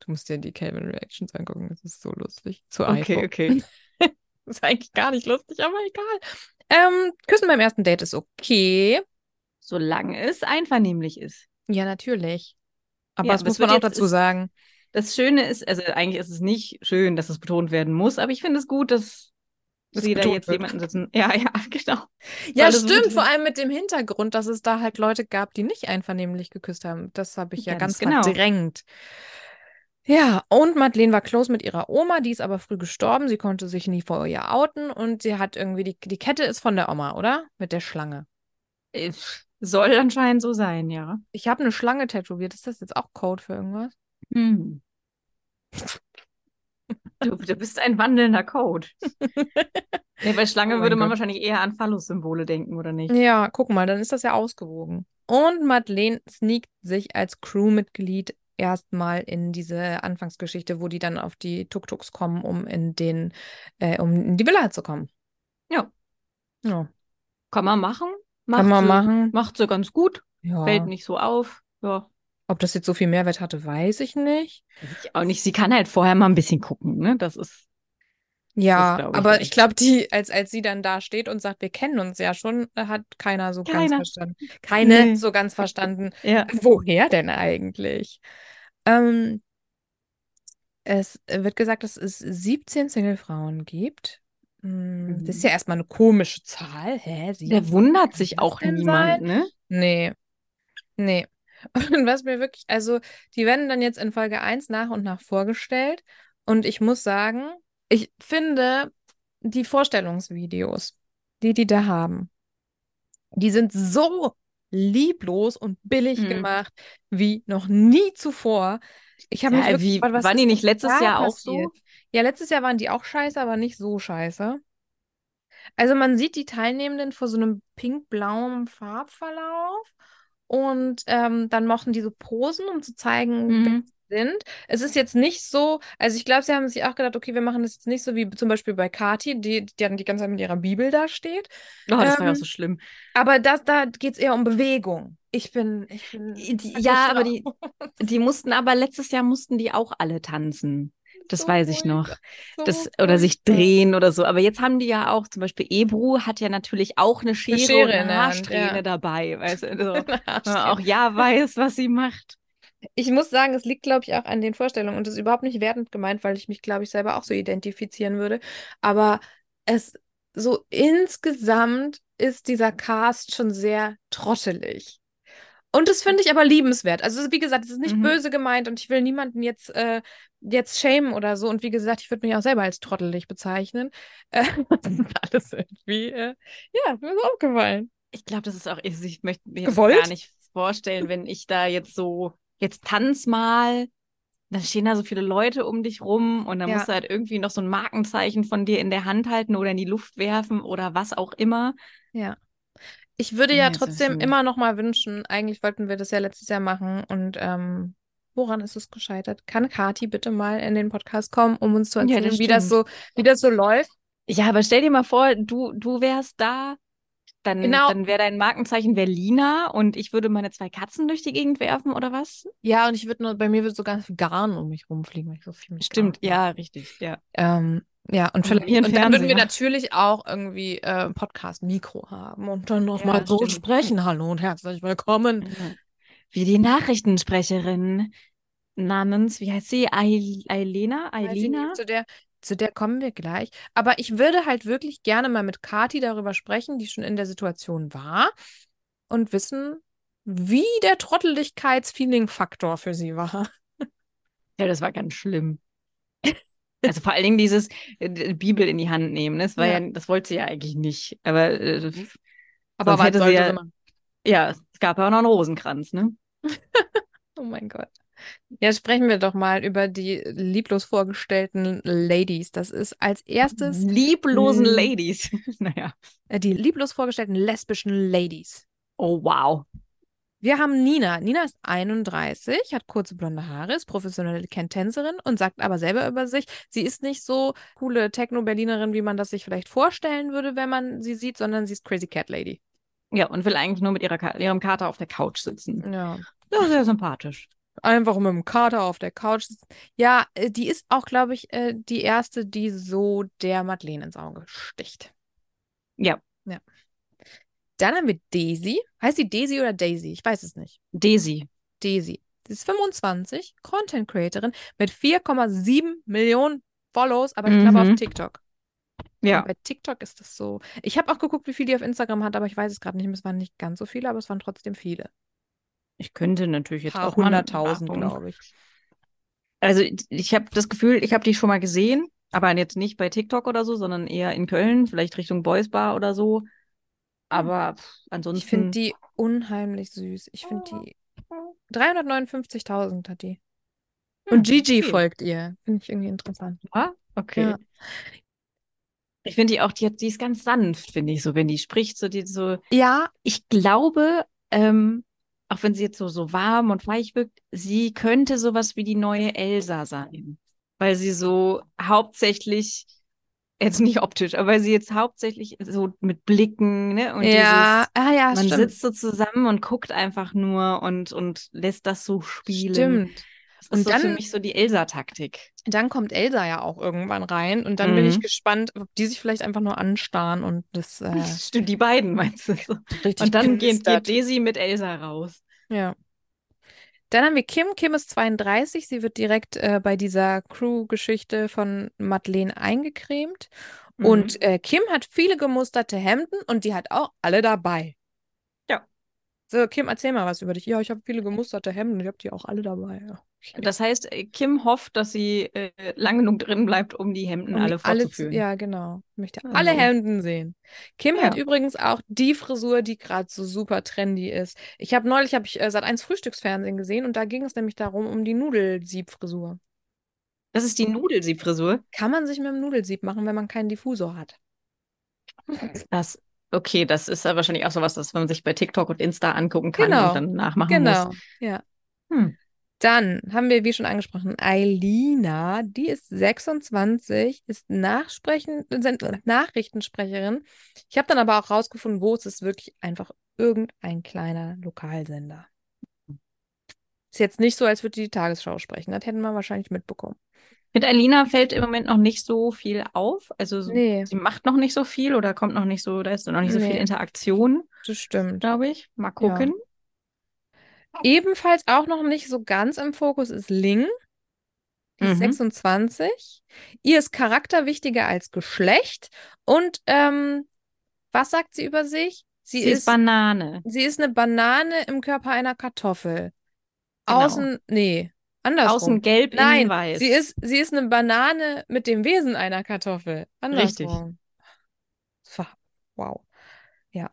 [SPEAKER 2] Du musst dir die Calvin Reactions angucken, das ist so lustig. Zu
[SPEAKER 3] Okay,
[SPEAKER 2] iPhone.
[SPEAKER 3] okay.
[SPEAKER 2] Ist eigentlich gar nicht lustig, aber egal. Ähm, Küssen beim ersten Date ist okay.
[SPEAKER 3] Solange es einvernehmlich ist.
[SPEAKER 2] Ja, natürlich. Aber
[SPEAKER 3] Ja,
[SPEAKER 2] das
[SPEAKER 3] aber
[SPEAKER 2] muss
[SPEAKER 3] es
[SPEAKER 2] man
[SPEAKER 3] wird
[SPEAKER 2] auch
[SPEAKER 3] jetzt-
[SPEAKER 2] dazu
[SPEAKER 3] es-
[SPEAKER 2] sagen.
[SPEAKER 3] Das Schöne ist, also eigentlich ist es nicht schön, dass es betont werden muss, aber ich finde es gut, dass
[SPEAKER 2] Es
[SPEAKER 3] sie da
[SPEAKER 2] betont
[SPEAKER 3] jetzt
[SPEAKER 2] wird.
[SPEAKER 3] jemanden sitzen. Ja, ja, genau.
[SPEAKER 2] Ja,
[SPEAKER 3] Weil das
[SPEAKER 2] stimmt,
[SPEAKER 3] wird-
[SPEAKER 2] vor allem mit dem Hintergrund, dass es da halt Leute gab, die nicht einvernehmlich geküsst haben. Das habe ich ja ganz
[SPEAKER 3] Ganz genau.
[SPEAKER 2] verdrängt. Ja, und Madeleine war close mit ihrer Oma, die ist aber früh gestorben, sie konnte sich nie vor ihr outen und sie hat irgendwie die, die Kette ist von der Oma, oder? Mit der Schlange.
[SPEAKER 3] Äh, Soll anscheinend so sein, ja.
[SPEAKER 2] Ich habe eine Schlange Mhm. tätowiert. Ist das jetzt auch Code für irgendwas?
[SPEAKER 3] Du, du bist ein wandelnder Code. nee, bei Schlange
[SPEAKER 2] Oh mein
[SPEAKER 3] würde man
[SPEAKER 2] Gott.
[SPEAKER 3] wahrscheinlich eher an Phallus-Symbole denken, oder nicht?
[SPEAKER 2] Ja, guck mal, dann ist das ja ausgewogen. Und Madeleine sneakt sich als Crewmitglied erstmal in diese Anfangsgeschichte, wo die dann auf die Tuk-Tuks kommen, um in den, äh, um in die Villa zu kommen.
[SPEAKER 3] Ja.
[SPEAKER 2] Ja,
[SPEAKER 3] Kann man machen. Macht
[SPEAKER 2] kann man
[SPEAKER 3] sie,
[SPEAKER 2] machen.
[SPEAKER 3] Macht sie ganz gut.
[SPEAKER 2] Ja.
[SPEAKER 3] Fällt nicht so auf. Ja.
[SPEAKER 2] Ob das jetzt so viel Mehrwert hatte, weiß ich nicht.
[SPEAKER 3] Ich auch nicht. Sie kann halt vorher mal ein bisschen gucken, ne? Das ist.
[SPEAKER 2] Ja,
[SPEAKER 3] glaub ich
[SPEAKER 2] aber
[SPEAKER 3] nicht.
[SPEAKER 2] ich glaube, die, als, als sie dann da steht und sagt, wir kennen uns ja schon, hat keiner so ganz
[SPEAKER 3] Keiner.
[SPEAKER 2] verstanden. Keine
[SPEAKER 3] Nee.
[SPEAKER 2] so ganz verstanden,
[SPEAKER 3] Ja.
[SPEAKER 2] Woher denn eigentlich? Ähm, es wird gesagt, dass es 17 Singlefrauen gibt. Hm, Das ist ja erstmal eine komische Zahl. Hä?
[SPEAKER 3] Der
[SPEAKER 2] 17?
[SPEAKER 3] wundert
[SPEAKER 2] Kann
[SPEAKER 3] sich
[SPEAKER 2] das
[SPEAKER 3] auch
[SPEAKER 2] denn
[SPEAKER 3] niemand,
[SPEAKER 2] sein?
[SPEAKER 3] ne?
[SPEAKER 2] Nee. Nee. Und was mir wirklich, also, die werden dann jetzt in Folge 1 nach und nach vorgestellt. Und ich muss sagen, ich finde die Vorstellungsvideos, die die da haben, die sind so lieblos und billig
[SPEAKER 3] Hm.
[SPEAKER 2] gemacht wie noch nie zuvor. Ich habe mich
[SPEAKER 3] Ja,
[SPEAKER 2] wirklich
[SPEAKER 3] wie,
[SPEAKER 2] gefragt, was
[SPEAKER 3] waren die
[SPEAKER 2] ist
[SPEAKER 3] nicht letztes
[SPEAKER 2] da
[SPEAKER 3] Jahr auch
[SPEAKER 2] passiert?
[SPEAKER 3] so?
[SPEAKER 2] Ja, letztes Jahr waren die auch scheiße, aber nicht so scheiße. Also man sieht die Teilnehmenden vor so einem pink-blauen Farbverlauf und ähm, dann mochten die so Posen, um zu zeigen, wer
[SPEAKER 3] Mhm.
[SPEAKER 2] sie sind. Es ist jetzt nicht so, also ich glaube, sie haben sich auch gedacht, okay, wir machen das jetzt nicht so wie zum Beispiel bei Kati, die, die dann die ganze Zeit mit ihrer Bibel da steht.
[SPEAKER 3] Oh, das war ja
[SPEAKER 2] Ähm,
[SPEAKER 3] auch so schlimm.
[SPEAKER 2] Aber das, da geht es eher um Bewegung. Ich bin, ich bin.
[SPEAKER 3] Die, ja, aber die, die mussten aber letztes Jahr mussten die auch alle tanzen. Das
[SPEAKER 2] So
[SPEAKER 3] weiß ich noch.
[SPEAKER 2] furchtbar, so
[SPEAKER 3] Das, oder sich
[SPEAKER 2] furchtbar.
[SPEAKER 3] drehen oder so. Aber jetzt haben die ja auch, zum Beispiel Ebru hat ja natürlich auch eine Schere,
[SPEAKER 2] Schere
[SPEAKER 3] und
[SPEAKER 2] in
[SPEAKER 3] eine
[SPEAKER 2] der Hand,
[SPEAKER 3] Haarsträhne
[SPEAKER 2] ja.
[SPEAKER 3] dabei. Weißt du? Also, wenn man
[SPEAKER 2] Arschtritt.
[SPEAKER 3] auch ja weiß, was sie macht.
[SPEAKER 2] Ich muss sagen, es liegt, glaube ich, auch an den Vorstellungen und das ist überhaupt nicht wertend gemeint, weil ich mich, glaube ich, selber auch so identifizieren würde. Aber es so insgesamt ist dieser Cast schon sehr trottelig. Und das finde ich aber liebenswert. Also, wie gesagt, es ist nicht
[SPEAKER 3] Mhm.
[SPEAKER 2] böse gemeint und ich will niemanden jetzt, äh, jetzt schämen oder so. Und wie gesagt, ich würde mich auch selber als trottelig bezeichnen. Äh, das ist alles irgendwie, äh, ja, mir ist aufgefallen.
[SPEAKER 3] Ich glaube, das ist auch, ich, ich möchte mir jetzt
[SPEAKER 2] Gewollt?
[SPEAKER 3] gar nicht vorstellen, wenn ich da jetzt so, jetzt tanz mal, dann stehen da so viele Leute um dich rum und dann
[SPEAKER 2] Ja.
[SPEAKER 3] musst du halt irgendwie noch so ein Markenzeichen von dir in der Hand halten oder in die Luft werfen oder was auch immer.
[SPEAKER 2] Ich würde ja
[SPEAKER 3] Ja, das ist
[SPEAKER 2] trotzdem
[SPEAKER 3] so.
[SPEAKER 2] immer noch mal wünschen, eigentlich wollten wir das ja letztes Jahr machen und ähm, woran ist es gescheitert? Kann Kati bitte mal in den Podcast kommen, um uns zu
[SPEAKER 3] Ja, das
[SPEAKER 2] erzählen, wie das so, wie das so läuft?
[SPEAKER 3] Ja, aber stell dir mal vor, du, du wärst da, dann,
[SPEAKER 2] Genau.
[SPEAKER 3] dann wäre dein Markenzeichen Berliner und ich würde meine zwei Katzen durch die Gegend werfen oder was?
[SPEAKER 2] Ja, und ich würde nur, bei mir würde so ganz viel Garn um mich rumfliegen, weil ich so viel mit
[SPEAKER 3] Stimmt,
[SPEAKER 2] Garn
[SPEAKER 3] ja, richtig, ja.
[SPEAKER 2] Ähm, ja, und,
[SPEAKER 3] Und
[SPEAKER 2] vielleicht,
[SPEAKER 3] hier ein
[SPEAKER 2] und dann würden wir
[SPEAKER 3] Fernseher.
[SPEAKER 2] natürlich auch irgendwie äh, ein Podcast-Mikro haben und dann
[SPEAKER 3] Ja,
[SPEAKER 2] nochmal mal so
[SPEAKER 3] stimmt.
[SPEAKER 2] sprechen. Hallo und herzlich willkommen.
[SPEAKER 3] Mhm. Wie die Nachrichtensprecherin namens, wie heißt sie? Eil- Eilena?
[SPEAKER 2] Weiß ich
[SPEAKER 3] Eilina?
[SPEAKER 2] nicht, Zu der, zu der kommen wir gleich. Aber ich würde halt wirklich gerne mal mit Kati darüber sprechen, die schon in der Situation war und wissen, wie der Trotteligkeits-Feeling-Faktor für sie war.
[SPEAKER 3] Ja, das war ganz schlimm. Also vor allen Dingen dieses äh, die Bibel in die Hand nehmen. ne? Das war
[SPEAKER 2] Ja. Mhm.
[SPEAKER 3] ja, das wollte sie ja eigentlich nicht. Aber äh,
[SPEAKER 2] Aber
[SPEAKER 3] Sonst
[SPEAKER 2] was
[SPEAKER 3] hätte sie
[SPEAKER 2] sollte
[SPEAKER 3] ja-
[SPEAKER 2] sie machen?
[SPEAKER 3] ja, es gab ja auch noch einen Rosenkranz, ne?
[SPEAKER 2] Oh mein Gott. Ja, sprechen wir doch mal über die lieblos vorgestellten Ladies. Das ist als erstes
[SPEAKER 3] Mhm. Lieblosen
[SPEAKER 2] Mm.
[SPEAKER 3] Ladies. naja.
[SPEAKER 2] äh, die lieblos vorgestellten lesbischen Ladies.
[SPEAKER 3] Oh wow.
[SPEAKER 2] Wir haben Nina. Nina ist 31, hat kurze blonde Haare, ist professionelle Kentänzerin und sagt aber selber über sich, sie ist nicht so coole Techno-Berlinerin, wie man das sich vielleicht vorstellen würde, wenn man sie sieht, sondern sie ist Crazy Cat Lady.
[SPEAKER 3] Ja, und will eigentlich nur mit ihrer Ka ihrem Kater auf der Couch sitzen.
[SPEAKER 2] Ja.
[SPEAKER 3] Ja, sehr sympathisch.
[SPEAKER 2] Einfach mit dem Kater auf der Couch. sitzen. Ja, äh, die ist auch, glaube ich, äh, die erste, die so der Madeleine ins Auge sticht.
[SPEAKER 3] Ja.
[SPEAKER 2] Ja. Dann haben wir Daisy. Heißt sie Daisy oder Daisy? Ich weiß es nicht.
[SPEAKER 3] Daisy.
[SPEAKER 2] Daisy. Sie ist 25, Content Creatorin mit 4,7 Millionen Follows, aber ich glaube
[SPEAKER 3] Mhm.
[SPEAKER 2] auf TikTok.
[SPEAKER 3] Ja.
[SPEAKER 2] Und Bei TikTok ist das so. Ich habe auch geguckt, wie viel die auf Instagram hat, aber ich weiß es gerade nicht mehr. Es waren nicht ganz so viele, aber es waren trotzdem viele.
[SPEAKER 3] Ich könnte natürlich jetzt
[SPEAKER 2] Paar
[SPEAKER 3] auch mal
[SPEAKER 2] hunderttausend,
[SPEAKER 3] nachgucken.
[SPEAKER 2] glaube ich.
[SPEAKER 3] Also ich- ich habe das Gefühl, ich habe die schon mal gesehen, aber jetzt nicht bei TikTok oder so, sondern eher in Köln, vielleicht Richtung Boys Bar oder so. Aber pff,
[SPEAKER 2] Ich finde
[SPEAKER 3] ansonsten,
[SPEAKER 2] die unheimlich süß. Ich finde die 359.000 hat die.
[SPEAKER 3] Hm,
[SPEAKER 2] Und Gigi
[SPEAKER 3] viel.
[SPEAKER 2] Hm, folgt ihr. Finde ich irgendwie interessant.
[SPEAKER 3] ja, Okay.
[SPEAKER 2] Ja.
[SPEAKER 3] Ich finde die auch, die, hat- die ist ganz sanft, finde ich, so, wenn die spricht, so die so.
[SPEAKER 2] Ja,
[SPEAKER 3] Ich glaube, ähm, auch wenn sie jetzt so, so warm und weich wirkt, sie könnte sowas wie die neue Elsa sein. Weil sie so hauptsächlich, jetzt nicht optisch, aber weil sie jetzt hauptsächlich so mit Blicken, ne? Und
[SPEAKER 2] ja,
[SPEAKER 3] dieses,
[SPEAKER 2] ah, ja,
[SPEAKER 3] man
[SPEAKER 2] stimmt.
[SPEAKER 3] sitzt so zusammen und guckt einfach nur und, und lässt das so spielen.
[SPEAKER 2] Stimmt.
[SPEAKER 3] Das ist
[SPEAKER 2] Und
[SPEAKER 3] so für
[SPEAKER 2] dann-
[SPEAKER 3] mich so die Elsa-Taktik.
[SPEAKER 2] Dann kommt Elsa ja auch irgendwann rein und dann bin
[SPEAKER 3] Mhm.
[SPEAKER 2] ich gespannt, ob die sich vielleicht einfach nur anstarren und das äh,
[SPEAKER 3] Stimmt, die beiden, meinst du? So.
[SPEAKER 2] richtig
[SPEAKER 3] Und dann geht,
[SPEAKER 2] knistert.
[SPEAKER 3] geht Daisy mit Elsa raus.
[SPEAKER 2] Ja. Dann haben wir Kim. Kim ist 32. Sie wird direkt äh, bei dieser Crew-Geschichte von Madeleine eingecremt.
[SPEAKER 3] Mhm.
[SPEAKER 2] Und äh, Kim hat viele gemusterte Hemden und die hat auch alle dabei.
[SPEAKER 3] Ja.
[SPEAKER 2] So, Kim, erzähl mal was über dich. Ja, ich habe viele gemusterte Hemden. Ich habe die auch alle dabei. Ja.
[SPEAKER 3] Das heißt, äh, Kim hofft, dass sie äh, lang genug drin bleibt, um die Hemden
[SPEAKER 2] Um die
[SPEAKER 3] alle
[SPEAKER 2] alle zu-
[SPEAKER 3] vorzuführen.
[SPEAKER 2] ja, genau. Ich möchte alle
[SPEAKER 3] Also.
[SPEAKER 2] Hemden sehen. Kim hat
[SPEAKER 3] Ja.
[SPEAKER 2] übrigens auch die Frisur, die gerade so super trendy ist. Ich habe neulich habe ich äh, Sat.1 Frühstücksfernsehen gesehen und da ging es nämlich darum um die Nudelsiebfrisur.
[SPEAKER 3] Das ist die Nudelsiebfrisur.
[SPEAKER 2] Kann man sich mit dem Nudelsieb machen, wenn man keinen Diffusor hat?
[SPEAKER 3] Das, okay, das ist ja wahrscheinlich auch sowas, das man sich bei TikTok und Insta angucken kann
[SPEAKER 2] Genau.
[SPEAKER 3] und dann nachmachen
[SPEAKER 2] Genau,
[SPEAKER 3] muss.
[SPEAKER 2] ja.
[SPEAKER 3] Hm.
[SPEAKER 2] Dann haben wir, wie schon angesprochen, Eilina. Die ist 26, ist Nachsprechen, sind- Nachrichtensprecherin. Ich habe dann aber auch rausgefunden, wo es ist wirklich einfach irgendein kleiner Lokalsender. Ist jetzt nicht so, als würde die die Tagesschau sprechen. Das hätten wir wahrscheinlich mitbekommen.
[SPEAKER 3] Mit Alina fällt im Moment noch nicht so viel auf. Also so-
[SPEAKER 2] Nee,
[SPEAKER 3] sie macht noch nicht so viel oder kommt noch nicht so, da ist noch nicht so viel
[SPEAKER 2] Nee.
[SPEAKER 3] Interaktion,
[SPEAKER 2] das stimmt.
[SPEAKER 3] glaube ich. Mal gucken.
[SPEAKER 2] Ebenfalls auch noch nicht so ganz im Fokus ist Ling. Die ist
[SPEAKER 3] Mhm.
[SPEAKER 2] 26. Ihr ist Charakter wichtiger als Geschlecht. Und ähm, was sagt sie über sich? Sie,
[SPEAKER 3] Sie ist
[SPEAKER 2] ist,
[SPEAKER 3] Banane.
[SPEAKER 2] sie ist eine Banane im Körper einer Kartoffel.
[SPEAKER 3] Genau.
[SPEAKER 2] Außen, nee, andersrum.
[SPEAKER 3] Außen gelb,
[SPEAKER 2] Nein,
[SPEAKER 3] innen weiß.
[SPEAKER 2] sie ist, sie ist eine Banane mit dem Wesen einer Kartoffel.
[SPEAKER 3] Richtig.
[SPEAKER 2] Andersrum. Fa- Wow. Ja.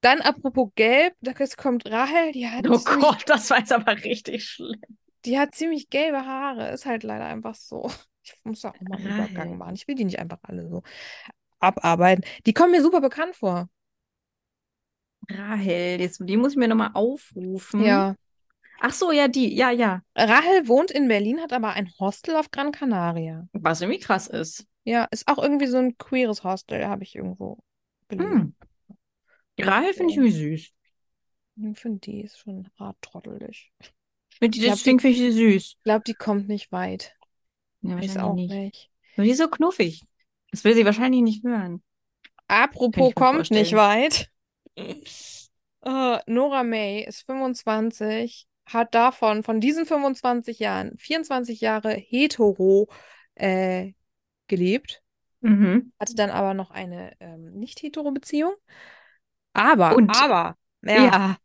[SPEAKER 2] Dann apropos gelb, da kommt Rahel, die hat
[SPEAKER 3] Oh
[SPEAKER 2] ziemlich
[SPEAKER 3] Gott, das war jetzt aber richtig schlimm.
[SPEAKER 2] Die hat ziemlich gelbe Haare, ist halt leider einfach so. Ich muss da auch mal einen
[SPEAKER 3] Rahel.
[SPEAKER 2] Übergang machen. Ich will die nicht einfach alle so abarbeiten. Die kommen mir super bekannt vor.
[SPEAKER 3] Rahel, jetzt, die muss ich mir nochmal aufrufen. Ach so, ja, die, ja, ja.
[SPEAKER 2] Rahel wohnt in Berlin, hat aber ein Hostel auf Gran Canaria.
[SPEAKER 3] Was irgendwie krass ist.
[SPEAKER 2] Ja, ist auch irgendwie so ein queeres Hostel, habe ich irgendwo gelesen.
[SPEAKER 3] Hm. Rahel finde ich irgendwie süß. Hm.
[SPEAKER 2] Ich finde, die ist schon hart trottelig.
[SPEAKER 3] Mit
[SPEAKER 2] Ja,
[SPEAKER 3] ja, Ding finde ich sie süß.
[SPEAKER 2] Ich glaube, die kommt nicht weit.
[SPEAKER 3] Ja,
[SPEAKER 2] Weiß auch
[SPEAKER 3] wahrscheinlich nicht.
[SPEAKER 2] nicht.
[SPEAKER 3] Nur die ist so knuffig. Das will sie wahrscheinlich nicht hören. Kann
[SPEAKER 2] Apropos
[SPEAKER 3] ich mir
[SPEAKER 2] kommt nicht
[SPEAKER 3] vorstellen.
[SPEAKER 2] weit. Äh, Nora May ist 25, hat davon, von diesen 25 Jahren, 24 Jahre hetero äh, gelebt,
[SPEAKER 3] Mhm.
[SPEAKER 2] hatte dann aber noch eine ähm, nicht hetero Beziehung. Aber,
[SPEAKER 3] Und-
[SPEAKER 2] aber,
[SPEAKER 3] Ja.
[SPEAKER 2] ja,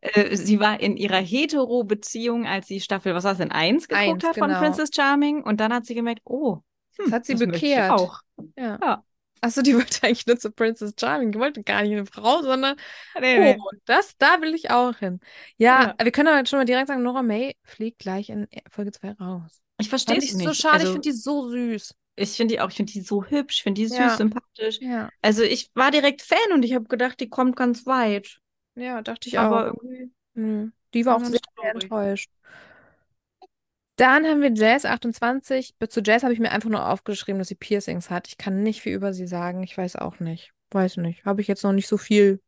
[SPEAKER 3] Äh, Sie war in ihrer Hetero-Beziehung, als sie Staffel, was war es denn, eins
[SPEAKER 2] Eins,
[SPEAKER 3] geguckt hat
[SPEAKER 2] genau.
[SPEAKER 3] von Princess Charming und dann hat sie gemerkt, oh, hm,
[SPEAKER 2] Das hat sie
[SPEAKER 3] das möchte ich
[SPEAKER 2] bekehrt.
[SPEAKER 3] auch.
[SPEAKER 2] ja.
[SPEAKER 3] Ja.
[SPEAKER 2] Achso, die wollte eigentlich nur zu Princess Charming, die wollte gar nicht eine Frau, sondern
[SPEAKER 3] Nee, nee.
[SPEAKER 2] oh, das, da will ich auch hin. Ja, wir können aber jetzt schon mal direkt sagen, Nora May fliegt gleich in Folge 2 raus.
[SPEAKER 3] Ich verstehe
[SPEAKER 2] Fand
[SPEAKER 3] es
[SPEAKER 2] ich
[SPEAKER 3] nicht.
[SPEAKER 2] so schade, ich
[SPEAKER 3] Also,
[SPEAKER 2] finde die so süß.
[SPEAKER 3] Ich finde die auch, ich finde die so hübsch, ich finde die süß,
[SPEAKER 2] Ja.
[SPEAKER 3] sympathisch.
[SPEAKER 2] Ja.
[SPEAKER 3] Also ich war direkt Fan und ich habe gedacht, die kommt ganz weit.
[SPEAKER 2] Ja, dachte ich
[SPEAKER 3] Aber
[SPEAKER 2] auch.
[SPEAKER 3] irgendwie.
[SPEAKER 2] Nö. Die war auch
[SPEAKER 3] ganz
[SPEAKER 2] sehr, sehr
[SPEAKER 3] traurig.
[SPEAKER 2] enttäuscht. Dann haben wir Jazz 28. Be- Zu Jazz habe ich mir einfach nur aufgeschrieben, dass sie Piercings hat. Ich kann nicht viel über sie sagen. Ich weiß auch nicht. Weiß nicht. Habe ich jetzt noch nicht so viel.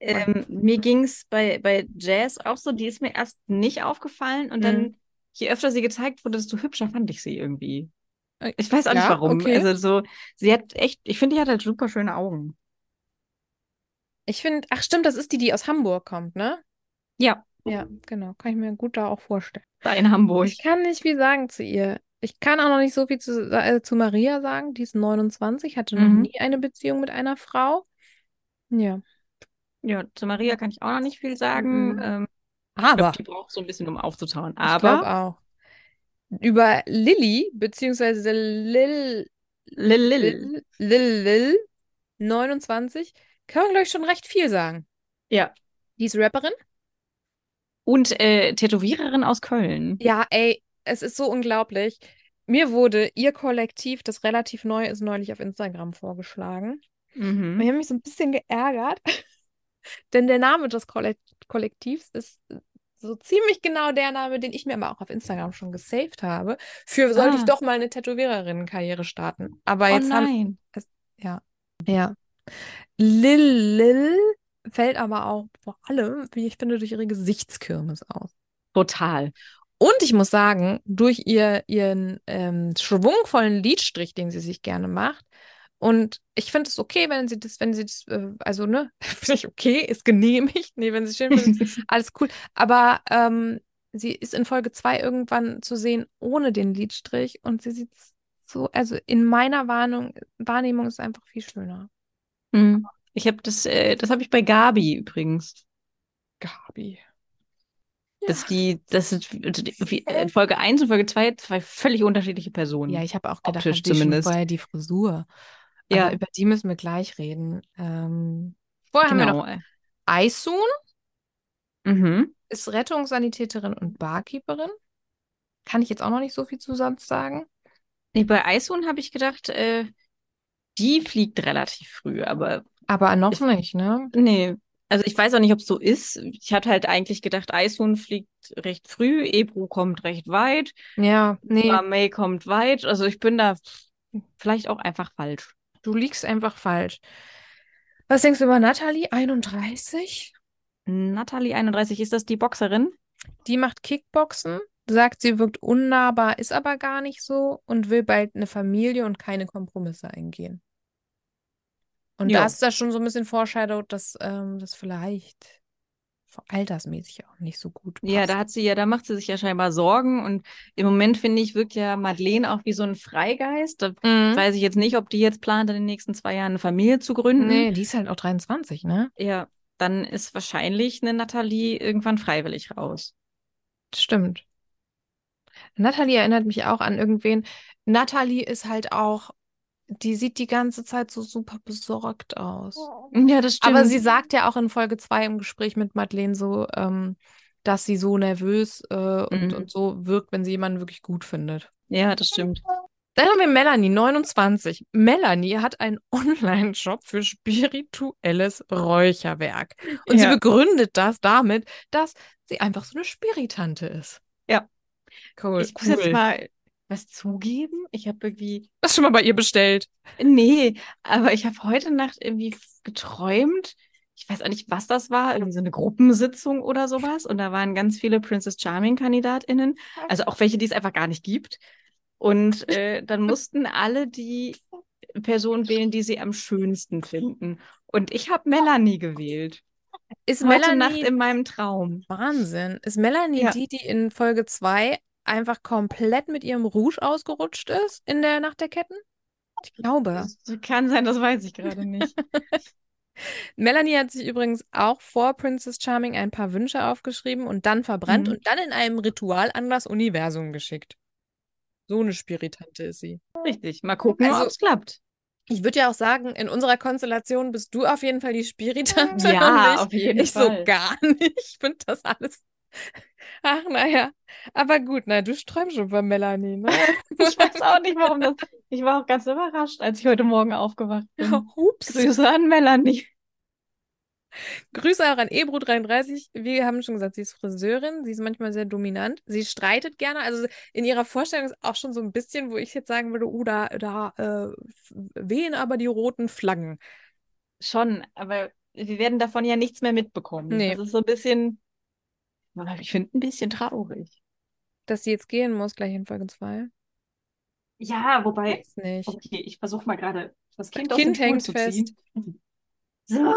[SPEAKER 3] Ähm, mir ging es bei, bei Jazz auch so, die ist mir erst nicht aufgefallen und
[SPEAKER 2] Mhm.
[SPEAKER 3] dann, je öfter sie gezeigt wurde, desto hübscher fand ich sie irgendwie.
[SPEAKER 2] Äh,
[SPEAKER 3] Ich weiß auch
[SPEAKER 2] ja,
[SPEAKER 3] nicht warum.
[SPEAKER 2] okay.
[SPEAKER 3] Also so, sie hat echt, ich finde, die hat halt super schöne Augen.
[SPEAKER 2] Ich finde, ach stimmt, das ist die, die aus Hamburg kommt, ne?
[SPEAKER 3] Ja,
[SPEAKER 2] Ja, genau. Kann ich mir gut da auch vorstellen.
[SPEAKER 3] da in Hamburg.
[SPEAKER 2] Mhm. Ich kann nicht viel sagen zu ihr. Ich kann auch noch nicht so viel zu, äh, zu Maria sagen. Die ist 29, hatte noch
[SPEAKER 3] Mhm.
[SPEAKER 2] nie eine Beziehung mit einer Frau. Ja.
[SPEAKER 3] Ja, zu Maria kann ich auch noch nicht viel sagen.
[SPEAKER 2] Mhm.
[SPEAKER 3] Ähm, ich
[SPEAKER 2] Aber.
[SPEAKER 3] glaube, die braucht so ein bisschen, um aufzutauen.
[SPEAKER 2] Ich glaube
[SPEAKER 3] Aber
[SPEAKER 2] auch. Über Lilly, beziehungsweise Lil,
[SPEAKER 3] Lil Lil.
[SPEAKER 2] äh, Lil, Lil, Lil 29, kann man, glaube ich, schon recht viel sagen.
[SPEAKER 3] Ja.
[SPEAKER 2] Die ist Rapperin?
[SPEAKER 3] Und äh, Tätowiererin aus Köln.
[SPEAKER 2] Ja, ey, es ist so unglaublich. Mir wurde ihr Kollektiv, das relativ neu ist, neulich auf Instagram vorgeschlagen. Und Ich
[SPEAKER 3] Mhm.
[SPEAKER 2] habe mich so ein bisschen geärgert, denn der Name des Kolle Kollektivs ist so ziemlich genau der Name, den ich mir aber auch auf Instagram schon gesaved habe. Für sollte ich
[SPEAKER 3] Ah.
[SPEAKER 2] doch mal eine Tätowiererinnenkarriere starten. Aber
[SPEAKER 3] Oh
[SPEAKER 2] jetzt haben,
[SPEAKER 3] nein.
[SPEAKER 2] ja. Lil Lil fällt aber auch vor allem, wie ich finde, durch ihre Gesichtskirmes auf.
[SPEAKER 3] Total.
[SPEAKER 2] Und ich muss sagen, durch ihr, ihren ähm, schwungvollen Liedstrich, den sie sich gerne macht. Und ich finde es okay, wenn sie das, wenn sie das, äh, also ne, finde ich okay, ist genehmigt. Nee, wenn sie schön findet, alles cool. Aber ähm, sie ist in Folge 2 irgendwann zu sehen ohne den Liedstrich und sie sieht so, also in meiner Warnung, Wahrnehmung ist es einfach viel schöner.
[SPEAKER 3] Mhm. Ich habe das, äh, das habe ich bei Gabi übrigens.
[SPEAKER 2] Gabi.
[SPEAKER 3] Dass die, das ist wie- in Folge 1 und Folge 2 zwei völlig unterschiedliche Personen.
[SPEAKER 2] Ja, ich habe auch gedacht,
[SPEAKER 3] Optisch
[SPEAKER 2] hatte ich schon
[SPEAKER 3] zumindest.
[SPEAKER 2] vorher die Frisur.
[SPEAKER 3] Ja.
[SPEAKER 2] Aber über die müssen wir gleich reden. Ähm, vorher haben wir noch
[SPEAKER 3] genau.
[SPEAKER 2] Aisun,
[SPEAKER 3] Mhm.
[SPEAKER 2] ist Rettungssanitäterin und Barkeeperin. Kann ich jetzt auch noch nicht so viel zu sonst sagen.
[SPEAKER 3] Nee, bei Aisun habe ich gedacht, äh, die fliegt relativ früh, aber
[SPEAKER 2] Aber noch
[SPEAKER 3] Ich-
[SPEAKER 2] nicht, ne?
[SPEAKER 3] nee. Also ich weiß auch nicht, ob es so ist. Ich hatte halt eigentlich gedacht, Aisun fliegt recht früh, Ebru kommt recht weit,
[SPEAKER 2] Ja, nee,
[SPEAKER 3] May kommt weit. Also ich bin da vielleicht auch einfach falsch.
[SPEAKER 2] du liegst einfach falsch. Was denkst du über Natalie? 31?
[SPEAKER 3] Natalie 31, ist das die Boxerin?
[SPEAKER 2] Die macht Kickboxen, sagt, sie wirkt unnahbar, ist aber gar nicht so und will bald eine Familie und keine Kompromisse eingehen. Und
[SPEAKER 3] Jo.
[SPEAKER 2] da ist das schon so ein bisschen foreshadowed, dass ähm, das vielleicht vor- altersmäßig auch nicht so gut
[SPEAKER 3] Ja, da
[SPEAKER 2] passt.
[SPEAKER 3] hat sie ja, da macht sie sich ja scheinbar Sorgen und im Moment finde ich, wirkt ja Madeleine auch wie so ein Freigeist. Da
[SPEAKER 2] Mhm.
[SPEAKER 3] weiß ich jetzt nicht, ob die jetzt plant, in den nächsten zwei Jahren eine Familie zu gründen.
[SPEAKER 2] Nee, die ist halt auch 23, ne?
[SPEAKER 3] Ja, dann ist wahrscheinlich eine Nathalie irgendwann freiwillig raus.
[SPEAKER 2] Stimmt. Natalie erinnert mich auch an irgendwen. Natalie ist halt auch, die sieht die ganze Zeit so super besorgt aus.
[SPEAKER 3] Ja, das
[SPEAKER 2] Aber sie sagt ja auch in Folge 2 im Gespräch mit Madeleine so, ähm, dass sie so nervös äh, und,
[SPEAKER 3] Mhm.
[SPEAKER 2] und so wirkt, wenn sie jemanden wirklich gut findet.
[SPEAKER 3] Ja, das stimmt.
[SPEAKER 2] Dann haben wir Melanie, 29. Melanie hat einen Online-Shop für spirituelles Räucherwerk. Und sie
[SPEAKER 3] Ja.
[SPEAKER 2] begründet das damit, dass sie einfach so eine Spiritante ist.
[SPEAKER 3] Ja.
[SPEAKER 2] Cool.
[SPEAKER 3] Ich muss jetzt
[SPEAKER 2] cool.
[SPEAKER 3] mal was zugeben. Ich habe irgendwie,
[SPEAKER 2] Hast du schon mal bei ihr bestellt?
[SPEAKER 3] nee, aber ich habe heute Nacht irgendwie f- geträumt. Ich weiß auch nicht, was das war, irgendwie so eine Gruppensitzung oder sowas. Und da waren ganz viele Princess Charming-KandidatInnen,
[SPEAKER 2] Ah.
[SPEAKER 3] also auch welche, die es einfach gar nicht gibt. Und äh, dann mussten alle die Person wählen, die sie am schönsten finden. Und ich habe Melanie gewählt.
[SPEAKER 2] Ist
[SPEAKER 3] Heute Nacht
[SPEAKER 2] Melanie
[SPEAKER 3] in meinem Traum.
[SPEAKER 2] Wahnsinn. Ist Melanie
[SPEAKER 3] Ja.
[SPEAKER 2] die, die in Folge 2 einfach komplett mit ihrem Rouge ausgerutscht ist in der Nacht der Ketten? Ich glaube.
[SPEAKER 3] Das kann sein, das weiß ich gerade nicht.
[SPEAKER 2] Melanie hat sich übrigens auch vor Princess Charming ein paar Wünsche aufgeschrieben und dann verbrannt
[SPEAKER 3] Mhm.
[SPEAKER 2] und dann in einem Ritual an das Universum geschickt. So eine Spiritante ist sie.
[SPEAKER 3] Richtig. Mal gucken,
[SPEAKER 2] Also-
[SPEAKER 3] ob's ob es klappt.
[SPEAKER 2] Ich würde ja auch sagen, in unserer Konstellation bist du auf jeden Fall die Spiritante und ich
[SPEAKER 3] Ja, auf jeden
[SPEAKER 2] Ich so
[SPEAKER 3] Fall.
[SPEAKER 2] gar nicht. Ich finde das alles. Ach, naja. Aber gut, na, du träumst schon bei Melanie, ne?
[SPEAKER 3] Ich weiß auch nicht, warum das. Ich war auch ganz überrascht, als ich heute Morgen aufgewacht bin.
[SPEAKER 2] Hups.
[SPEAKER 3] Grüße an Melanie.
[SPEAKER 2] Grüße auch an Ebro33. Wir haben schon gesagt, sie ist Friseurin. Sie ist manchmal sehr dominant. Sie streitet gerne. Also in ihrer Vorstellung ist auch schon so ein bisschen, wo ich jetzt sagen würde, oh, da, da äh, wehen aber die roten Flaggen.
[SPEAKER 3] Schon, aber wir werden davon ja nichts mehr mitbekommen.
[SPEAKER 2] Nee.
[SPEAKER 3] Das ist so ein bisschen. Aber Ich finde ein bisschen traurig.
[SPEAKER 2] Dass sie jetzt gehen muss, gleich in Folge 2.
[SPEAKER 3] Ja, wobei.
[SPEAKER 2] Weiß nicht.
[SPEAKER 3] Okay, ich versuche mal gerade das Kind,
[SPEAKER 2] Das
[SPEAKER 3] aus dem
[SPEAKER 2] Kind
[SPEAKER 3] Stuhl
[SPEAKER 2] hängt
[SPEAKER 3] zu ziehen. So.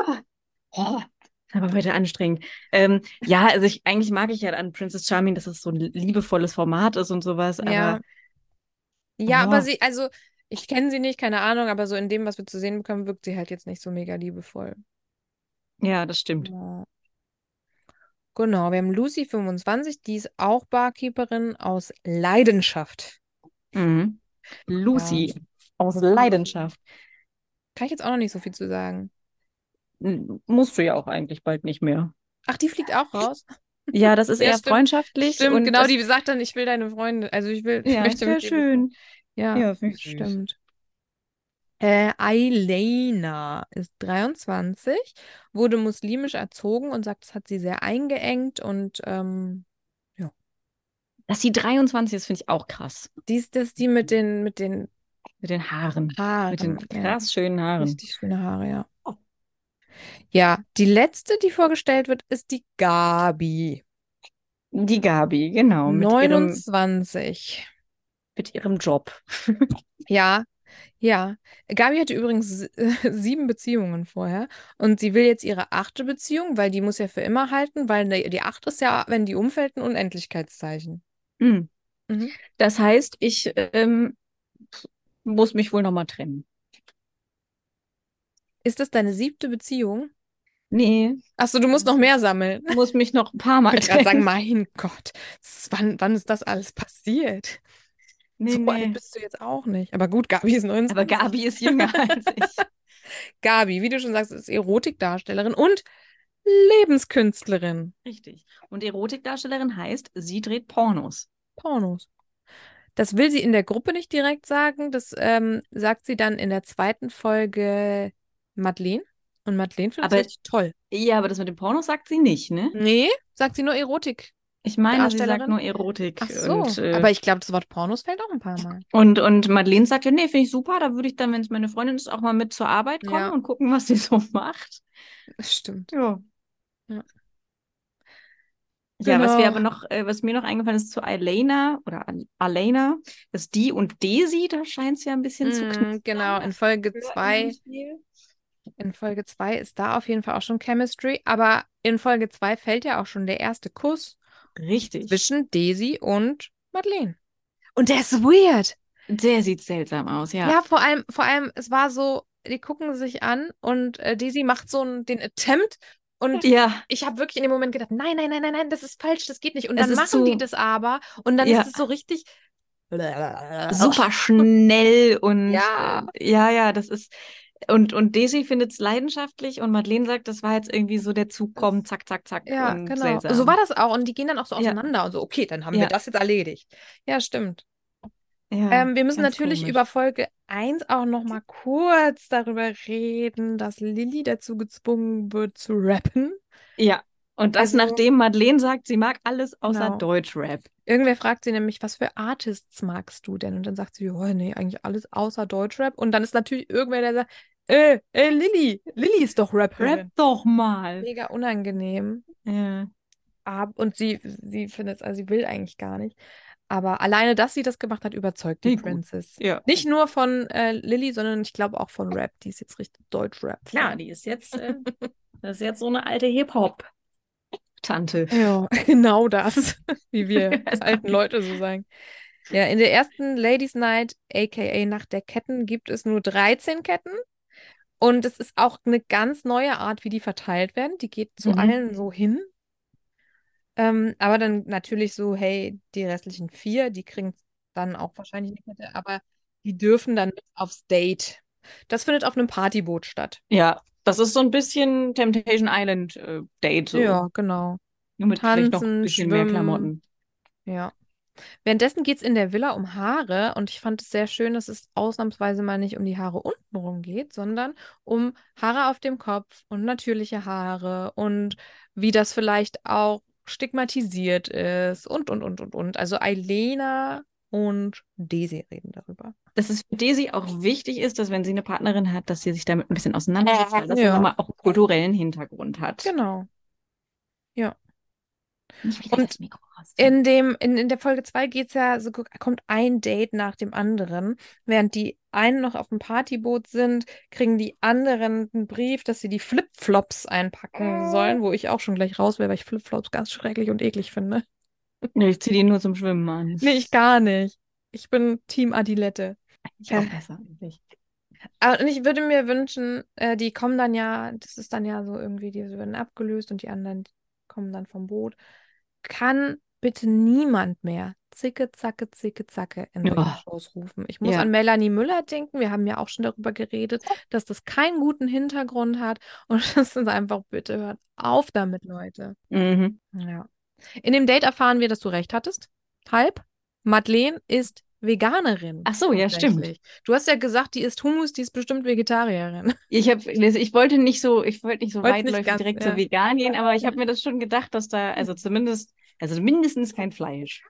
[SPEAKER 3] Oh, das war heute anstrengend. Ähm, ja, also ich, eigentlich mag ich ja an Princess Charming, dass es so ein liebevolles Format ist und sowas, aber
[SPEAKER 2] Ja. Ja, aber
[SPEAKER 3] Boah.
[SPEAKER 2] sie, also ich kenne sie nicht, keine Ahnung, aber so in dem, was wir zu sehen bekommen, wirkt sie halt jetzt nicht so mega liebevoll.
[SPEAKER 3] ja, das stimmt.
[SPEAKER 2] Ja. Genau, wir haben Lucy 25, die ist auch Barkeeperin aus Leidenschaft.
[SPEAKER 3] Mhm. Lucy aus Leidenschaft.
[SPEAKER 2] Kann ich jetzt auch noch nicht so viel zu sagen.
[SPEAKER 3] N- Musst du ja auch eigentlich bald nicht mehr.
[SPEAKER 2] Ach, die fliegt auch raus.
[SPEAKER 3] Ja, das ist
[SPEAKER 2] Ja,
[SPEAKER 3] eher
[SPEAKER 2] stimmt.
[SPEAKER 3] freundschaftlich.
[SPEAKER 2] Stimmt,
[SPEAKER 3] und
[SPEAKER 2] genau,
[SPEAKER 3] das,
[SPEAKER 2] die sagt dann, ich will deine Freunde, also ich will, ich
[SPEAKER 3] ja,
[SPEAKER 2] möchte
[SPEAKER 3] sehr
[SPEAKER 2] mit dir
[SPEAKER 3] schön.
[SPEAKER 2] Ja,
[SPEAKER 3] Ja, finde ich süß.
[SPEAKER 2] stimmt. Äh, Eileena ist 23, wurde muslimisch erzogen und sagt, das hat sie sehr eingeengt und ähm,
[SPEAKER 3] Dass sie 23 ist, finde ich auch krass.
[SPEAKER 2] die ist das die mit den mit den
[SPEAKER 3] Mit den Haaren.
[SPEAKER 2] Haaren.
[SPEAKER 3] Mit den
[SPEAKER 2] ja.
[SPEAKER 3] krass schönen Haaren.
[SPEAKER 2] Richtig schöne Haare, ja.
[SPEAKER 3] Oh.
[SPEAKER 2] Ja, die letzte, die vorgestellt wird, ist die Gabi.
[SPEAKER 3] Die Gabi, genau. Mit ihrem,
[SPEAKER 2] 29.
[SPEAKER 3] mit ihrem Job.
[SPEAKER 2] Ja, ja. Gabi hatte übrigens äh, sieben Beziehungen vorher und sie will jetzt ihre achte Beziehung, weil die muss ja für immer halten, weil ne- die acht ist ja, wenn die umfällt, ein Unendlichkeitszeichen.
[SPEAKER 3] Hm.
[SPEAKER 2] Mhm.
[SPEAKER 3] Das heißt, ich ähm, muss mich wohl nochmal trennen.
[SPEAKER 2] Ist das deine siebte Beziehung?
[SPEAKER 3] Nee,
[SPEAKER 2] Achso, du musst noch mehr sammeln.
[SPEAKER 3] muss mich noch ein paar Mal
[SPEAKER 2] Ich wollte gerade sagen,
[SPEAKER 3] trennen.
[SPEAKER 2] mein Gott, s- wann, wann ist das alles passiert?
[SPEAKER 3] Nee,
[SPEAKER 2] So alt
[SPEAKER 3] nee.
[SPEAKER 2] bist du jetzt auch nicht. Aber gut, Gabi ist 29.
[SPEAKER 3] Aber Gabi ist jünger als ich.
[SPEAKER 2] Gabi, wie du schon sagst, ist Erotikdarstellerin und Lebenskünstlerin.
[SPEAKER 3] Richtig. Und Erotikdarstellerin heißt, sie dreht Pornos.
[SPEAKER 2] Pornos. Das will sie in der Gruppe nicht direkt sagen. Das ähm, sagt sie dann in der zweiten Folge Madeleine. Und Madeleine findet
[SPEAKER 3] Aber-
[SPEAKER 2] es richtig toll.
[SPEAKER 3] Ja, aber das mit dem Pornos sagt sie nicht, ne?
[SPEAKER 2] Nee, sagt sie nur Erotik.
[SPEAKER 3] Ich meine, sie sagt
[SPEAKER 2] Darstellerin?
[SPEAKER 3] nur Erotik.
[SPEAKER 2] Ach so.
[SPEAKER 3] Und, äh,
[SPEAKER 2] Aber ich glaube, das Wort Pornos fällt auch ein paar Mal.
[SPEAKER 3] und, und Madeleine sagt ja, nee, finde ich super, da würde ich dann, wenn es meine Freundin ist, auch mal mit zur Arbeit kommen
[SPEAKER 2] Ja.
[SPEAKER 3] und gucken, was sie so macht.
[SPEAKER 2] Stimmt.
[SPEAKER 3] Ja.
[SPEAKER 2] Ja.
[SPEAKER 3] Ja, was
[SPEAKER 2] Genau.
[SPEAKER 3] mir aber noch, äh, was mir noch eingefallen ist zu Alena oder Al- Alena, ist die und Desi, da scheint es ja ein bisschen zu knistern.
[SPEAKER 2] Mm, genau, in
[SPEAKER 3] Das
[SPEAKER 2] Folge
[SPEAKER 3] hört man
[SPEAKER 2] 2.
[SPEAKER 3] nicht viel.
[SPEAKER 2] In Folge 2 ist da auf jeden Fall auch schon Chemistry. Aber in Folge 2 fällt ja auch schon der erste Kuss
[SPEAKER 3] Richtig.
[SPEAKER 2] zwischen Daisy und Madeleine. Und der ist weird.
[SPEAKER 3] Der sieht seltsam aus, ja.
[SPEAKER 2] Ja, vor allem, vor allem, es war so, die gucken sich an und äh, Daisy macht so einen, den Attempt und
[SPEAKER 3] Ja,
[SPEAKER 2] ich habe wirklich in dem Moment gedacht, nein, nein, nein, nein, nein, das ist falsch, das geht nicht. Und
[SPEAKER 3] Es
[SPEAKER 2] dann
[SPEAKER 3] ist
[SPEAKER 2] machen
[SPEAKER 3] so-
[SPEAKER 2] die das aber und dann
[SPEAKER 3] Ja.
[SPEAKER 2] ist es so richtig.
[SPEAKER 3] super schnell und
[SPEAKER 2] Äh, Ja.
[SPEAKER 3] äh, ja, ja, das ist. Und, und Desi findet es leidenschaftlich und Madeleine sagt, das war jetzt irgendwie so der Zug kommt, zack, zack, zack.
[SPEAKER 2] Ja,
[SPEAKER 3] und
[SPEAKER 2] genau.
[SPEAKER 3] seltsam.
[SPEAKER 2] So war das auch. Und die gehen dann auch so
[SPEAKER 3] Ja.
[SPEAKER 2] auseinander und so, okay, dann haben wir
[SPEAKER 3] Ja.
[SPEAKER 2] das jetzt erledigt. Ja, stimmt.
[SPEAKER 3] Ja,
[SPEAKER 2] Ähm, wir müssen
[SPEAKER 3] ganz
[SPEAKER 2] natürlich
[SPEAKER 3] komisch.
[SPEAKER 2] über Folge 1 auch noch mal kurz darüber reden, dass Lilly dazu gezwungen wird zu rappen.
[SPEAKER 3] Ja, und das
[SPEAKER 2] Also-
[SPEAKER 3] nachdem Madeleine sagt, sie mag alles außer
[SPEAKER 2] Genau.
[SPEAKER 3] Deutschrap.
[SPEAKER 2] Irgendwer fragt sie nämlich, was für Artists magst du denn? Und dann sagt sie, oh nee, eigentlich alles außer Deutschrap. Und dann ist natürlich irgendwer, der sagt, äh, äh, Lilly, Lilly ist doch
[SPEAKER 3] Rap
[SPEAKER 2] Rapperin.
[SPEAKER 3] doch mal.
[SPEAKER 2] Mega unangenehm.
[SPEAKER 3] Ja.
[SPEAKER 2] Ab und sie, sie findet also sie will eigentlich gar nicht. Aber alleine, dass sie das gemacht hat, überzeugt die
[SPEAKER 3] Nee, gut.
[SPEAKER 2] Princess.
[SPEAKER 3] ja.
[SPEAKER 2] Nicht nur von äh, Lilly, sondern ich glaube auch von Rap. Die ist jetzt richtig Deutschrap.
[SPEAKER 3] Klar, die ist jetzt, äh, das ist jetzt so eine alte Hip-Hop-Tante.
[SPEAKER 2] Ja, genau das, wie wir
[SPEAKER 3] Also-
[SPEAKER 2] alten Leute so sagen. Ja, in der ersten Ladies Night, aka Nacht der Ketten, gibt es nur 13 Ketten. Und es ist auch eine ganz neue Art, wie die verteilt werden. Die geht zu
[SPEAKER 3] Mhm.
[SPEAKER 2] allen so hin. Ähm, aber dann natürlich so, hey, die restlichen vier, die kriegen dann auch wahrscheinlich eine Kette, aber die dürfen dann mit aufs Date. Das findet auf einem Partyboot statt.
[SPEAKER 3] Ja, das ist so ein bisschen Temptation Island äh, Date so.
[SPEAKER 2] Ja, genau.
[SPEAKER 3] Nur mit vielleicht noch
[SPEAKER 2] Tanzen,
[SPEAKER 3] ein bisschen mehr
[SPEAKER 2] schwimmen.
[SPEAKER 3] Klamotten.
[SPEAKER 2] Ja. Währenddessen geht es in der Villa um Haare und ich fand es sehr schön, dass es ausnahmsweise mal nicht um die Haare untenrum geht, sondern um Haare auf dem Kopf und natürliche Haare und wie das vielleicht auch stigmatisiert ist und, und, und, und, und. Also Ailena und Desi reden darüber.
[SPEAKER 3] Dass es für Desi auch wichtig ist, dass wenn sie eine Partnerin hat, dass sie sich damit ein bisschen auseinandersetzt, weil das
[SPEAKER 2] Ja.
[SPEAKER 3] ja. nochmal auch einen kulturellen Hintergrund hat.
[SPEAKER 2] Genau.
[SPEAKER 3] Nicht wieder
[SPEAKER 2] Und
[SPEAKER 3] das Mikro rausziehen.
[SPEAKER 2] In dem, in, in der Folge 2 geht's ja, so gu- kommt ein Date nach dem anderen. Während die einen noch auf dem Partyboot sind, kriegen die anderen einen Brief, dass sie die Flipflops einpacken sollen, wo ich auch schon gleich raus will, weil ich Flipflops ganz schrecklich und eklig finde.
[SPEAKER 3] Nee, ich ziehe die nur zum Schwimmen an.
[SPEAKER 2] Nee, ich gar nicht. Ich bin Team Adilette.
[SPEAKER 3] Ich auch besser eigentlich.
[SPEAKER 2] Ah, Und ich würde mir wünschen, äh, die kommen dann ja, das ist dann ja so irgendwie, die werden abgelöst und die anderen kommen dann vom Boot. Kann bitte niemand mehr Zicke, Zacke, Zicke, Zacke in solchen
[SPEAKER 3] Ja.
[SPEAKER 2] Shows rufen. Ich muss
[SPEAKER 3] Ja.
[SPEAKER 2] an Melanie Müller denken. Wir haben ja auch schon darüber geredet, dass das keinen guten Hintergrund hat. Und das ist einfach, bitte hört auf damit, Leute.
[SPEAKER 3] Mhm.
[SPEAKER 2] Ja. In dem Date erfahren wir, dass du recht hattest. Halb. Madeleine ist Veganerin.
[SPEAKER 3] Ach so, ja, stimmt.
[SPEAKER 2] tatsächlich. Du hast ja gesagt, die isst Hummus, die ist bestimmt Vegetarierin.
[SPEAKER 3] Ich, hab, ich wollte nicht so, ich wollte nicht so
[SPEAKER 2] Wollt's
[SPEAKER 3] weitläufig
[SPEAKER 2] nicht ganz,
[SPEAKER 3] direkt
[SPEAKER 2] ja.
[SPEAKER 3] zu vegan gehen, aber ich habe mir das schon gedacht, dass da, also zumindest, also mindestens kein Fleisch.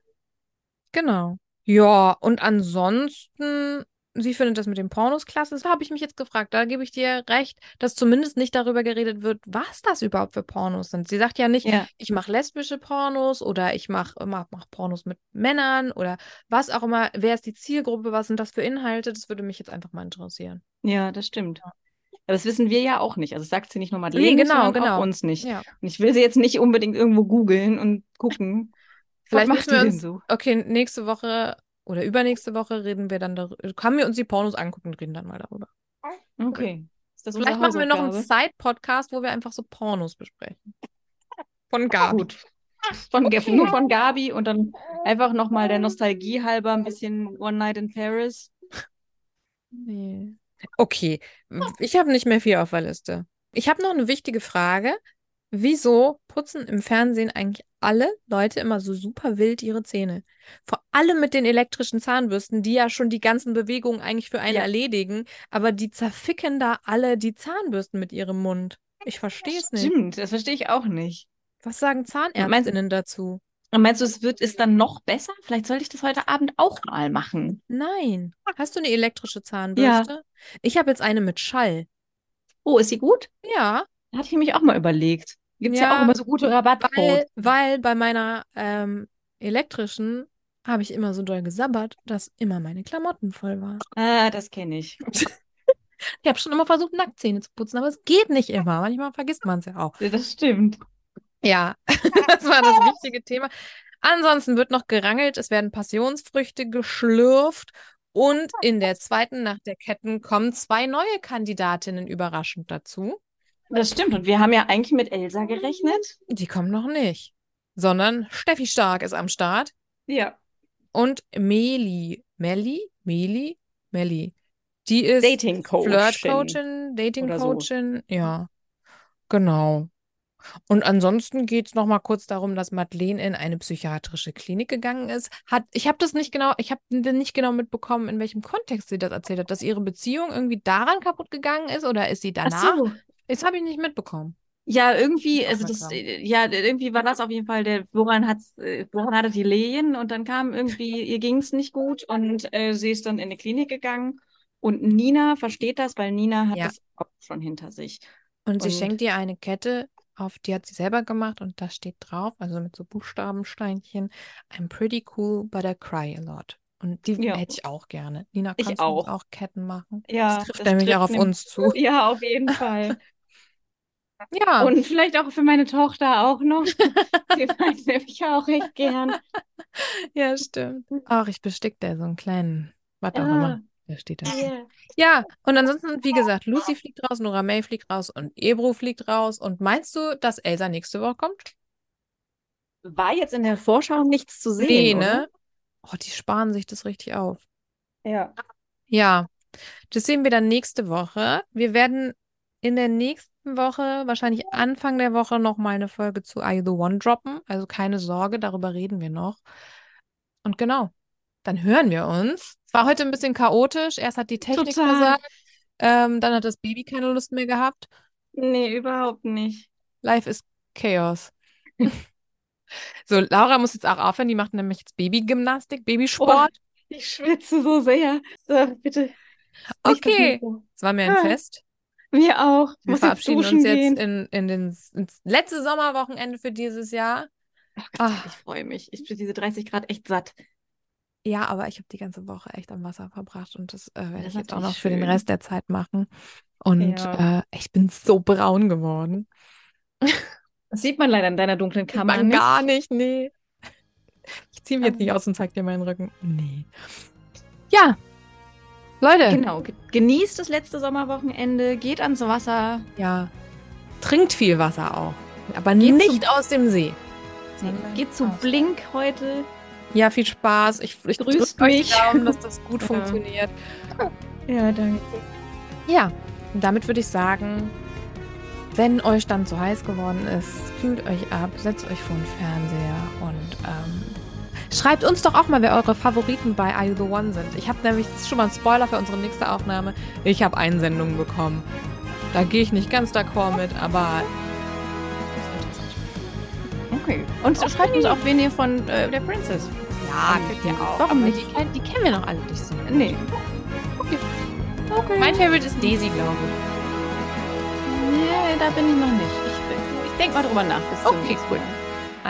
[SPEAKER 2] Genau. Ja, und ansonsten, sie findet das mit den Pornos klasse. Das habe ich mich jetzt gefragt. Da gebe ich dir recht, dass zumindest nicht darüber geredet wird, was das überhaupt für Pornos sind. Sie sagt ja nicht,
[SPEAKER 3] Ja.
[SPEAKER 2] ich mache lesbische Pornos oder ich mache mach, mach Pornos mit Männern oder was auch immer. Wer ist die Zielgruppe? Was sind das für Inhalte? Das würde mich jetzt einfach mal interessieren.
[SPEAKER 3] Ja, das stimmt. Aber das wissen wir ja auch nicht. Also das sagt sie nicht nur Madeleine,
[SPEAKER 2] Nee,
[SPEAKER 3] nicht,
[SPEAKER 2] genau,
[SPEAKER 3] sondern
[SPEAKER 2] genau.
[SPEAKER 3] auch uns nicht.
[SPEAKER 2] Ja.
[SPEAKER 3] Und ich will sie jetzt nicht unbedingt irgendwo googeln und gucken.
[SPEAKER 2] Vielleicht
[SPEAKER 3] was macht
[SPEAKER 2] müssen
[SPEAKER 3] die
[SPEAKER 2] wir
[SPEAKER 3] denn
[SPEAKER 2] uns-
[SPEAKER 3] so?
[SPEAKER 2] Okay, nächste Woche oder übernächste Woche reden wir dann darüber. Können wir uns die Pornos angucken und reden dann mal darüber.
[SPEAKER 3] Okay. Ist das
[SPEAKER 2] Vielleicht
[SPEAKER 3] unsere
[SPEAKER 2] machen wir noch einen
[SPEAKER 3] Hausaufgabe?
[SPEAKER 2] Side-Podcast, wo wir einfach so Pornos besprechen. Von Gabi.
[SPEAKER 3] Gut. Von, Ge- Nur von Gabi und dann einfach nochmal der Nostalgie halber ein bisschen One Night in Paris.
[SPEAKER 2] Nee. Okay, ich habe nicht mehr viel auf der Liste. Ich habe noch eine wichtige Frage. Wieso putzen im Fernsehen eigentlich alle Leute immer so super wild ihre Zähne? Vor allem mit den elektrischen Zahnbürsten, die ja schon die ganzen Bewegungen eigentlich für einen
[SPEAKER 3] Ja.
[SPEAKER 2] erledigen, aber die zerficken da alle die Zahnbürsten mit ihrem Mund. Ich verstehe es nicht.
[SPEAKER 3] Stimmt, das verstehe ich auch nicht.
[SPEAKER 2] Was sagen Zahnärztinnen dazu?
[SPEAKER 3] Und meinst du, es wird ist dann noch besser? Vielleicht sollte ich das heute Abend auch mal machen.
[SPEAKER 2] Nein. Hast du eine elektrische Zahnbürste? Ich habe jetzt eine mit Schall.
[SPEAKER 3] Oh, ist sie gut?
[SPEAKER 2] Ja,
[SPEAKER 3] Hatte ich mich auch mal überlegt. Gibt es ja,
[SPEAKER 2] Ja,
[SPEAKER 3] auch immer so gute Rabattcodes.
[SPEAKER 2] weil, weil bei meiner ähm, elektrischen habe ich immer so doll gesabbert, dass immer meine Klamotten voll waren.
[SPEAKER 3] Ah, das kenne ich.
[SPEAKER 2] Ich habe schon immer versucht, Nacktzähne zu putzen, aber es geht nicht immer. Manchmal vergisst man es ja auch.
[SPEAKER 3] Ja, Das stimmt.
[SPEAKER 2] Ja, das war das wichtige Thema. Ansonsten wird noch gerangelt, es werden Passionsfrüchte geschlürft und in der zweiten Nacht der Ketten kommen zwei neue Kandidatinnen überraschend dazu.
[SPEAKER 3] Das stimmt. Und wir haben ja eigentlich mit Elsa gerechnet.
[SPEAKER 2] Die kommen noch nicht, sondern Steffi Stark ist am Start.
[SPEAKER 3] Ja.
[SPEAKER 2] Und Meli, Meli, Meli, Meli. Die ist
[SPEAKER 3] Dating Coach.
[SPEAKER 2] Flirt-Coachin,
[SPEAKER 3] Oder so.
[SPEAKER 2] Dating-Coachin, ja. Genau. Und ansonsten geht es nochmal kurz darum, dass Madeleine in eine psychiatrische Klinik gegangen ist. Hat, ich habe das nicht genau, ich habe nicht genau mitbekommen, in welchem Kontext sie das erzählt hat, dass ihre Beziehung irgendwie daran kaputt gegangen ist oder ist sie danach?
[SPEAKER 3] Ach so.
[SPEAKER 2] Das habe ich nicht mitbekommen.
[SPEAKER 3] Ja, irgendwie,
[SPEAKER 2] Nicht
[SPEAKER 3] also das,
[SPEAKER 2] aufmerksam.
[SPEAKER 3] äh, ja, irgendwie war das auf jeden Fall der, woran hat's, äh, woran hatte die Lehen und dann kam irgendwie, ihr ging's nicht gut und äh, sie ist dann in die Klinik gegangen und Nina versteht das, weil Nina hat
[SPEAKER 2] Ja.
[SPEAKER 3] das auch schon hinter sich.
[SPEAKER 2] Und sie
[SPEAKER 3] Und-
[SPEAKER 2] schenkt ihr eine Kette, auf die hat sie selber gemacht und da steht drauf, also mit so Buchstabensteinchen, I'm pretty cool, but I cry a lot. Und die
[SPEAKER 3] Ja.
[SPEAKER 2] hätte ich auch gerne. Nina,
[SPEAKER 3] Ich
[SPEAKER 2] kannst du uns
[SPEAKER 3] auch.
[SPEAKER 2] auch Ketten machen?
[SPEAKER 3] Ja,
[SPEAKER 2] das trifft nämlich auch auf
[SPEAKER 3] nehm-
[SPEAKER 2] uns zu.
[SPEAKER 3] Ja, auf jeden Fall.
[SPEAKER 2] Ja,
[SPEAKER 3] Und vielleicht auch für meine Tochter auch noch. Die mag nämlich auch recht gern.
[SPEAKER 2] ja, stimmt. Ach, ich bestick da so einen kleinen, was auch
[SPEAKER 3] Ja,
[SPEAKER 2] immer. Da steht da.
[SPEAKER 3] Ah, yeah.
[SPEAKER 2] Ja, und ansonsten, wie gesagt, Lucy fliegt raus, Nora May fliegt raus und Ebru fliegt raus. Und meinst du, dass Elsa nächste Woche kommt?
[SPEAKER 3] War jetzt in der Vorschau nichts zu sehen,
[SPEAKER 2] Nee,
[SPEAKER 3] oder?
[SPEAKER 2] ne? Oh, die sparen sich das richtig auf.
[SPEAKER 3] Ja.
[SPEAKER 2] Ja, das sehen wir dann nächste Woche. Wir werden in der nächsten Woche, wahrscheinlich Anfang der Woche, nochmal eine Folge zu Are You the One droppen. Also keine Sorge, darüber reden wir noch. Und genau, dann hören wir uns. Es war heute ein bisschen chaotisch. Erst hat die Technik
[SPEAKER 3] Total.
[SPEAKER 2] versagt, ähm, dann hat das Baby keine Lust mehr gehabt.
[SPEAKER 3] Nee, überhaupt nicht.
[SPEAKER 2] Life is Chaos. So, Laura muss jetzt auch aufhören. Die macht nämlich jetzt Babygymnastik, Babysport.
[SPEAKER 3] Ich schwitze so sehr. So, bitte. Nicht das
[SPEAKER 2] Okay,
[SPEAKER 3] Mikro.
[SPEAKER 2] es war mir ein
[SPEAKER 3] Ah.
[SPEAKER 2] Fest.
[SPEAKER 3] Mir auch. Ich
[SPEAKER 2] Wir
[SPEAKER 3] muss jetzt
[SPEAKER 2] verabschieden
[SPEAKER 3] duschen
[SPEAKER 2] uns jetzt
[SPEAKER 3] gehen.
[SPEAKER 2] in, in den, ins letzte Sommerwochenende für dieses Jahr.
[SPEAKER 3] Ach,
[SPEAKER 2] Ach.
[SPEAKER 3] Oh ich freue mich. Ich bin diese 30 Grad echt satt.
[SPEAKER 2] Ja, aber ich habe die ganze Woche echt am Wasser verbracht und das äh, werde
[SPEAKER 3] Das
[SPEAKER 2] ich
[SPEAKER 3] ist
[SPEAKER 2] jetzt auch
[SPEAKER 3] natürlich
[SPEAKER 2] noch für den
[SPEAKER 3] schön.
[SPEAKER 2] Rest der Zeit machen. Und
[SPEAKER 3] Ja.
[SPEAKER 2] äh, ich bin so braun geworden.
[SPEAKER 3] Das sieht man leider in deiner dunklen
[SPEAKER 2] Kann
[SPEAKER 3] Kammer
[SPEAKER 2] man
[SPEAKER 3] nicht.
[SPEAKER 2] gar nicht, nee. Ich ziehe mich jetzt
[SPEAKER 3] Ah.
[SPEAKER 2] nicht aus und zeig dir meinen Rücken. Nee. Ja. Leute,
[SPEAKER 3] Genau. Ge- Genießt das letzte Sommerwochenende. Geht ans Wasser.
[SPEAKER 2] ja. Trinkt viel Wasser auch. Aber
[SPEAKER 3] Geht zu-
[SPEAKER 2] nicht aus dem See. Sondern
[SPEAKER 3] Geht zu
[SPEAKER 2] aus-
[SPEAKER 3] Blink heute.
[SPEAKER 2] Ja, viel Spaß. Ich, ich drücke
[SPEAKER 3] Grüßt
[SPEAKER 2] euch die
[SPEAKER 3] mich.
[SPEAKER 2] Daumen, dass das gut
[SPEAKER 3] Ja.
[SPEAKER 2] funktioniert.
[SPEAKER 3] Ja, danke.
[SPEAKER 2] Ja, und damit würde ich sagen, Wenn euch dann zu heiß geworden ist, kühlt euch ab, setzt euch vor den Fernseher und ähm, schreibt uns doch auch mal, wer eure Favoriten bei Are You the One sind. Ich habe nämlich das ist schon mal einen Spoiler für unsere nächste Aufnahme. Ich habe Einsendungen bekommen. Da gehe ich nicht ganz d'accord mit, aber
[SPEAKER 3] Okay. Und schreibt uns auch, wen ihr von äh, der Princess.
[SPEAKER 2] ja,
[SPEAKER 3] könnt ihr auch.
[SPEAKER 2] Warum
[SPEAKER 3] Aber
[SPEAKER 2] nicht? Die, kenn- die kennen wir noch alle nicht so.
[SPEAKER 3] Nee.
[SPEAKER 2] Okay. Mein Favorite ist Daisy, glaube ich.
[SPEAKER 3] Nee, da bin ich noch nicht. Ich, ich denke mal drüber nach. Bis zum
[SPEAKER 2] Okay,
[SPEAKER 3] nächsten
[SPEAKER 2] cool.
[SPEAKER 3] Mal.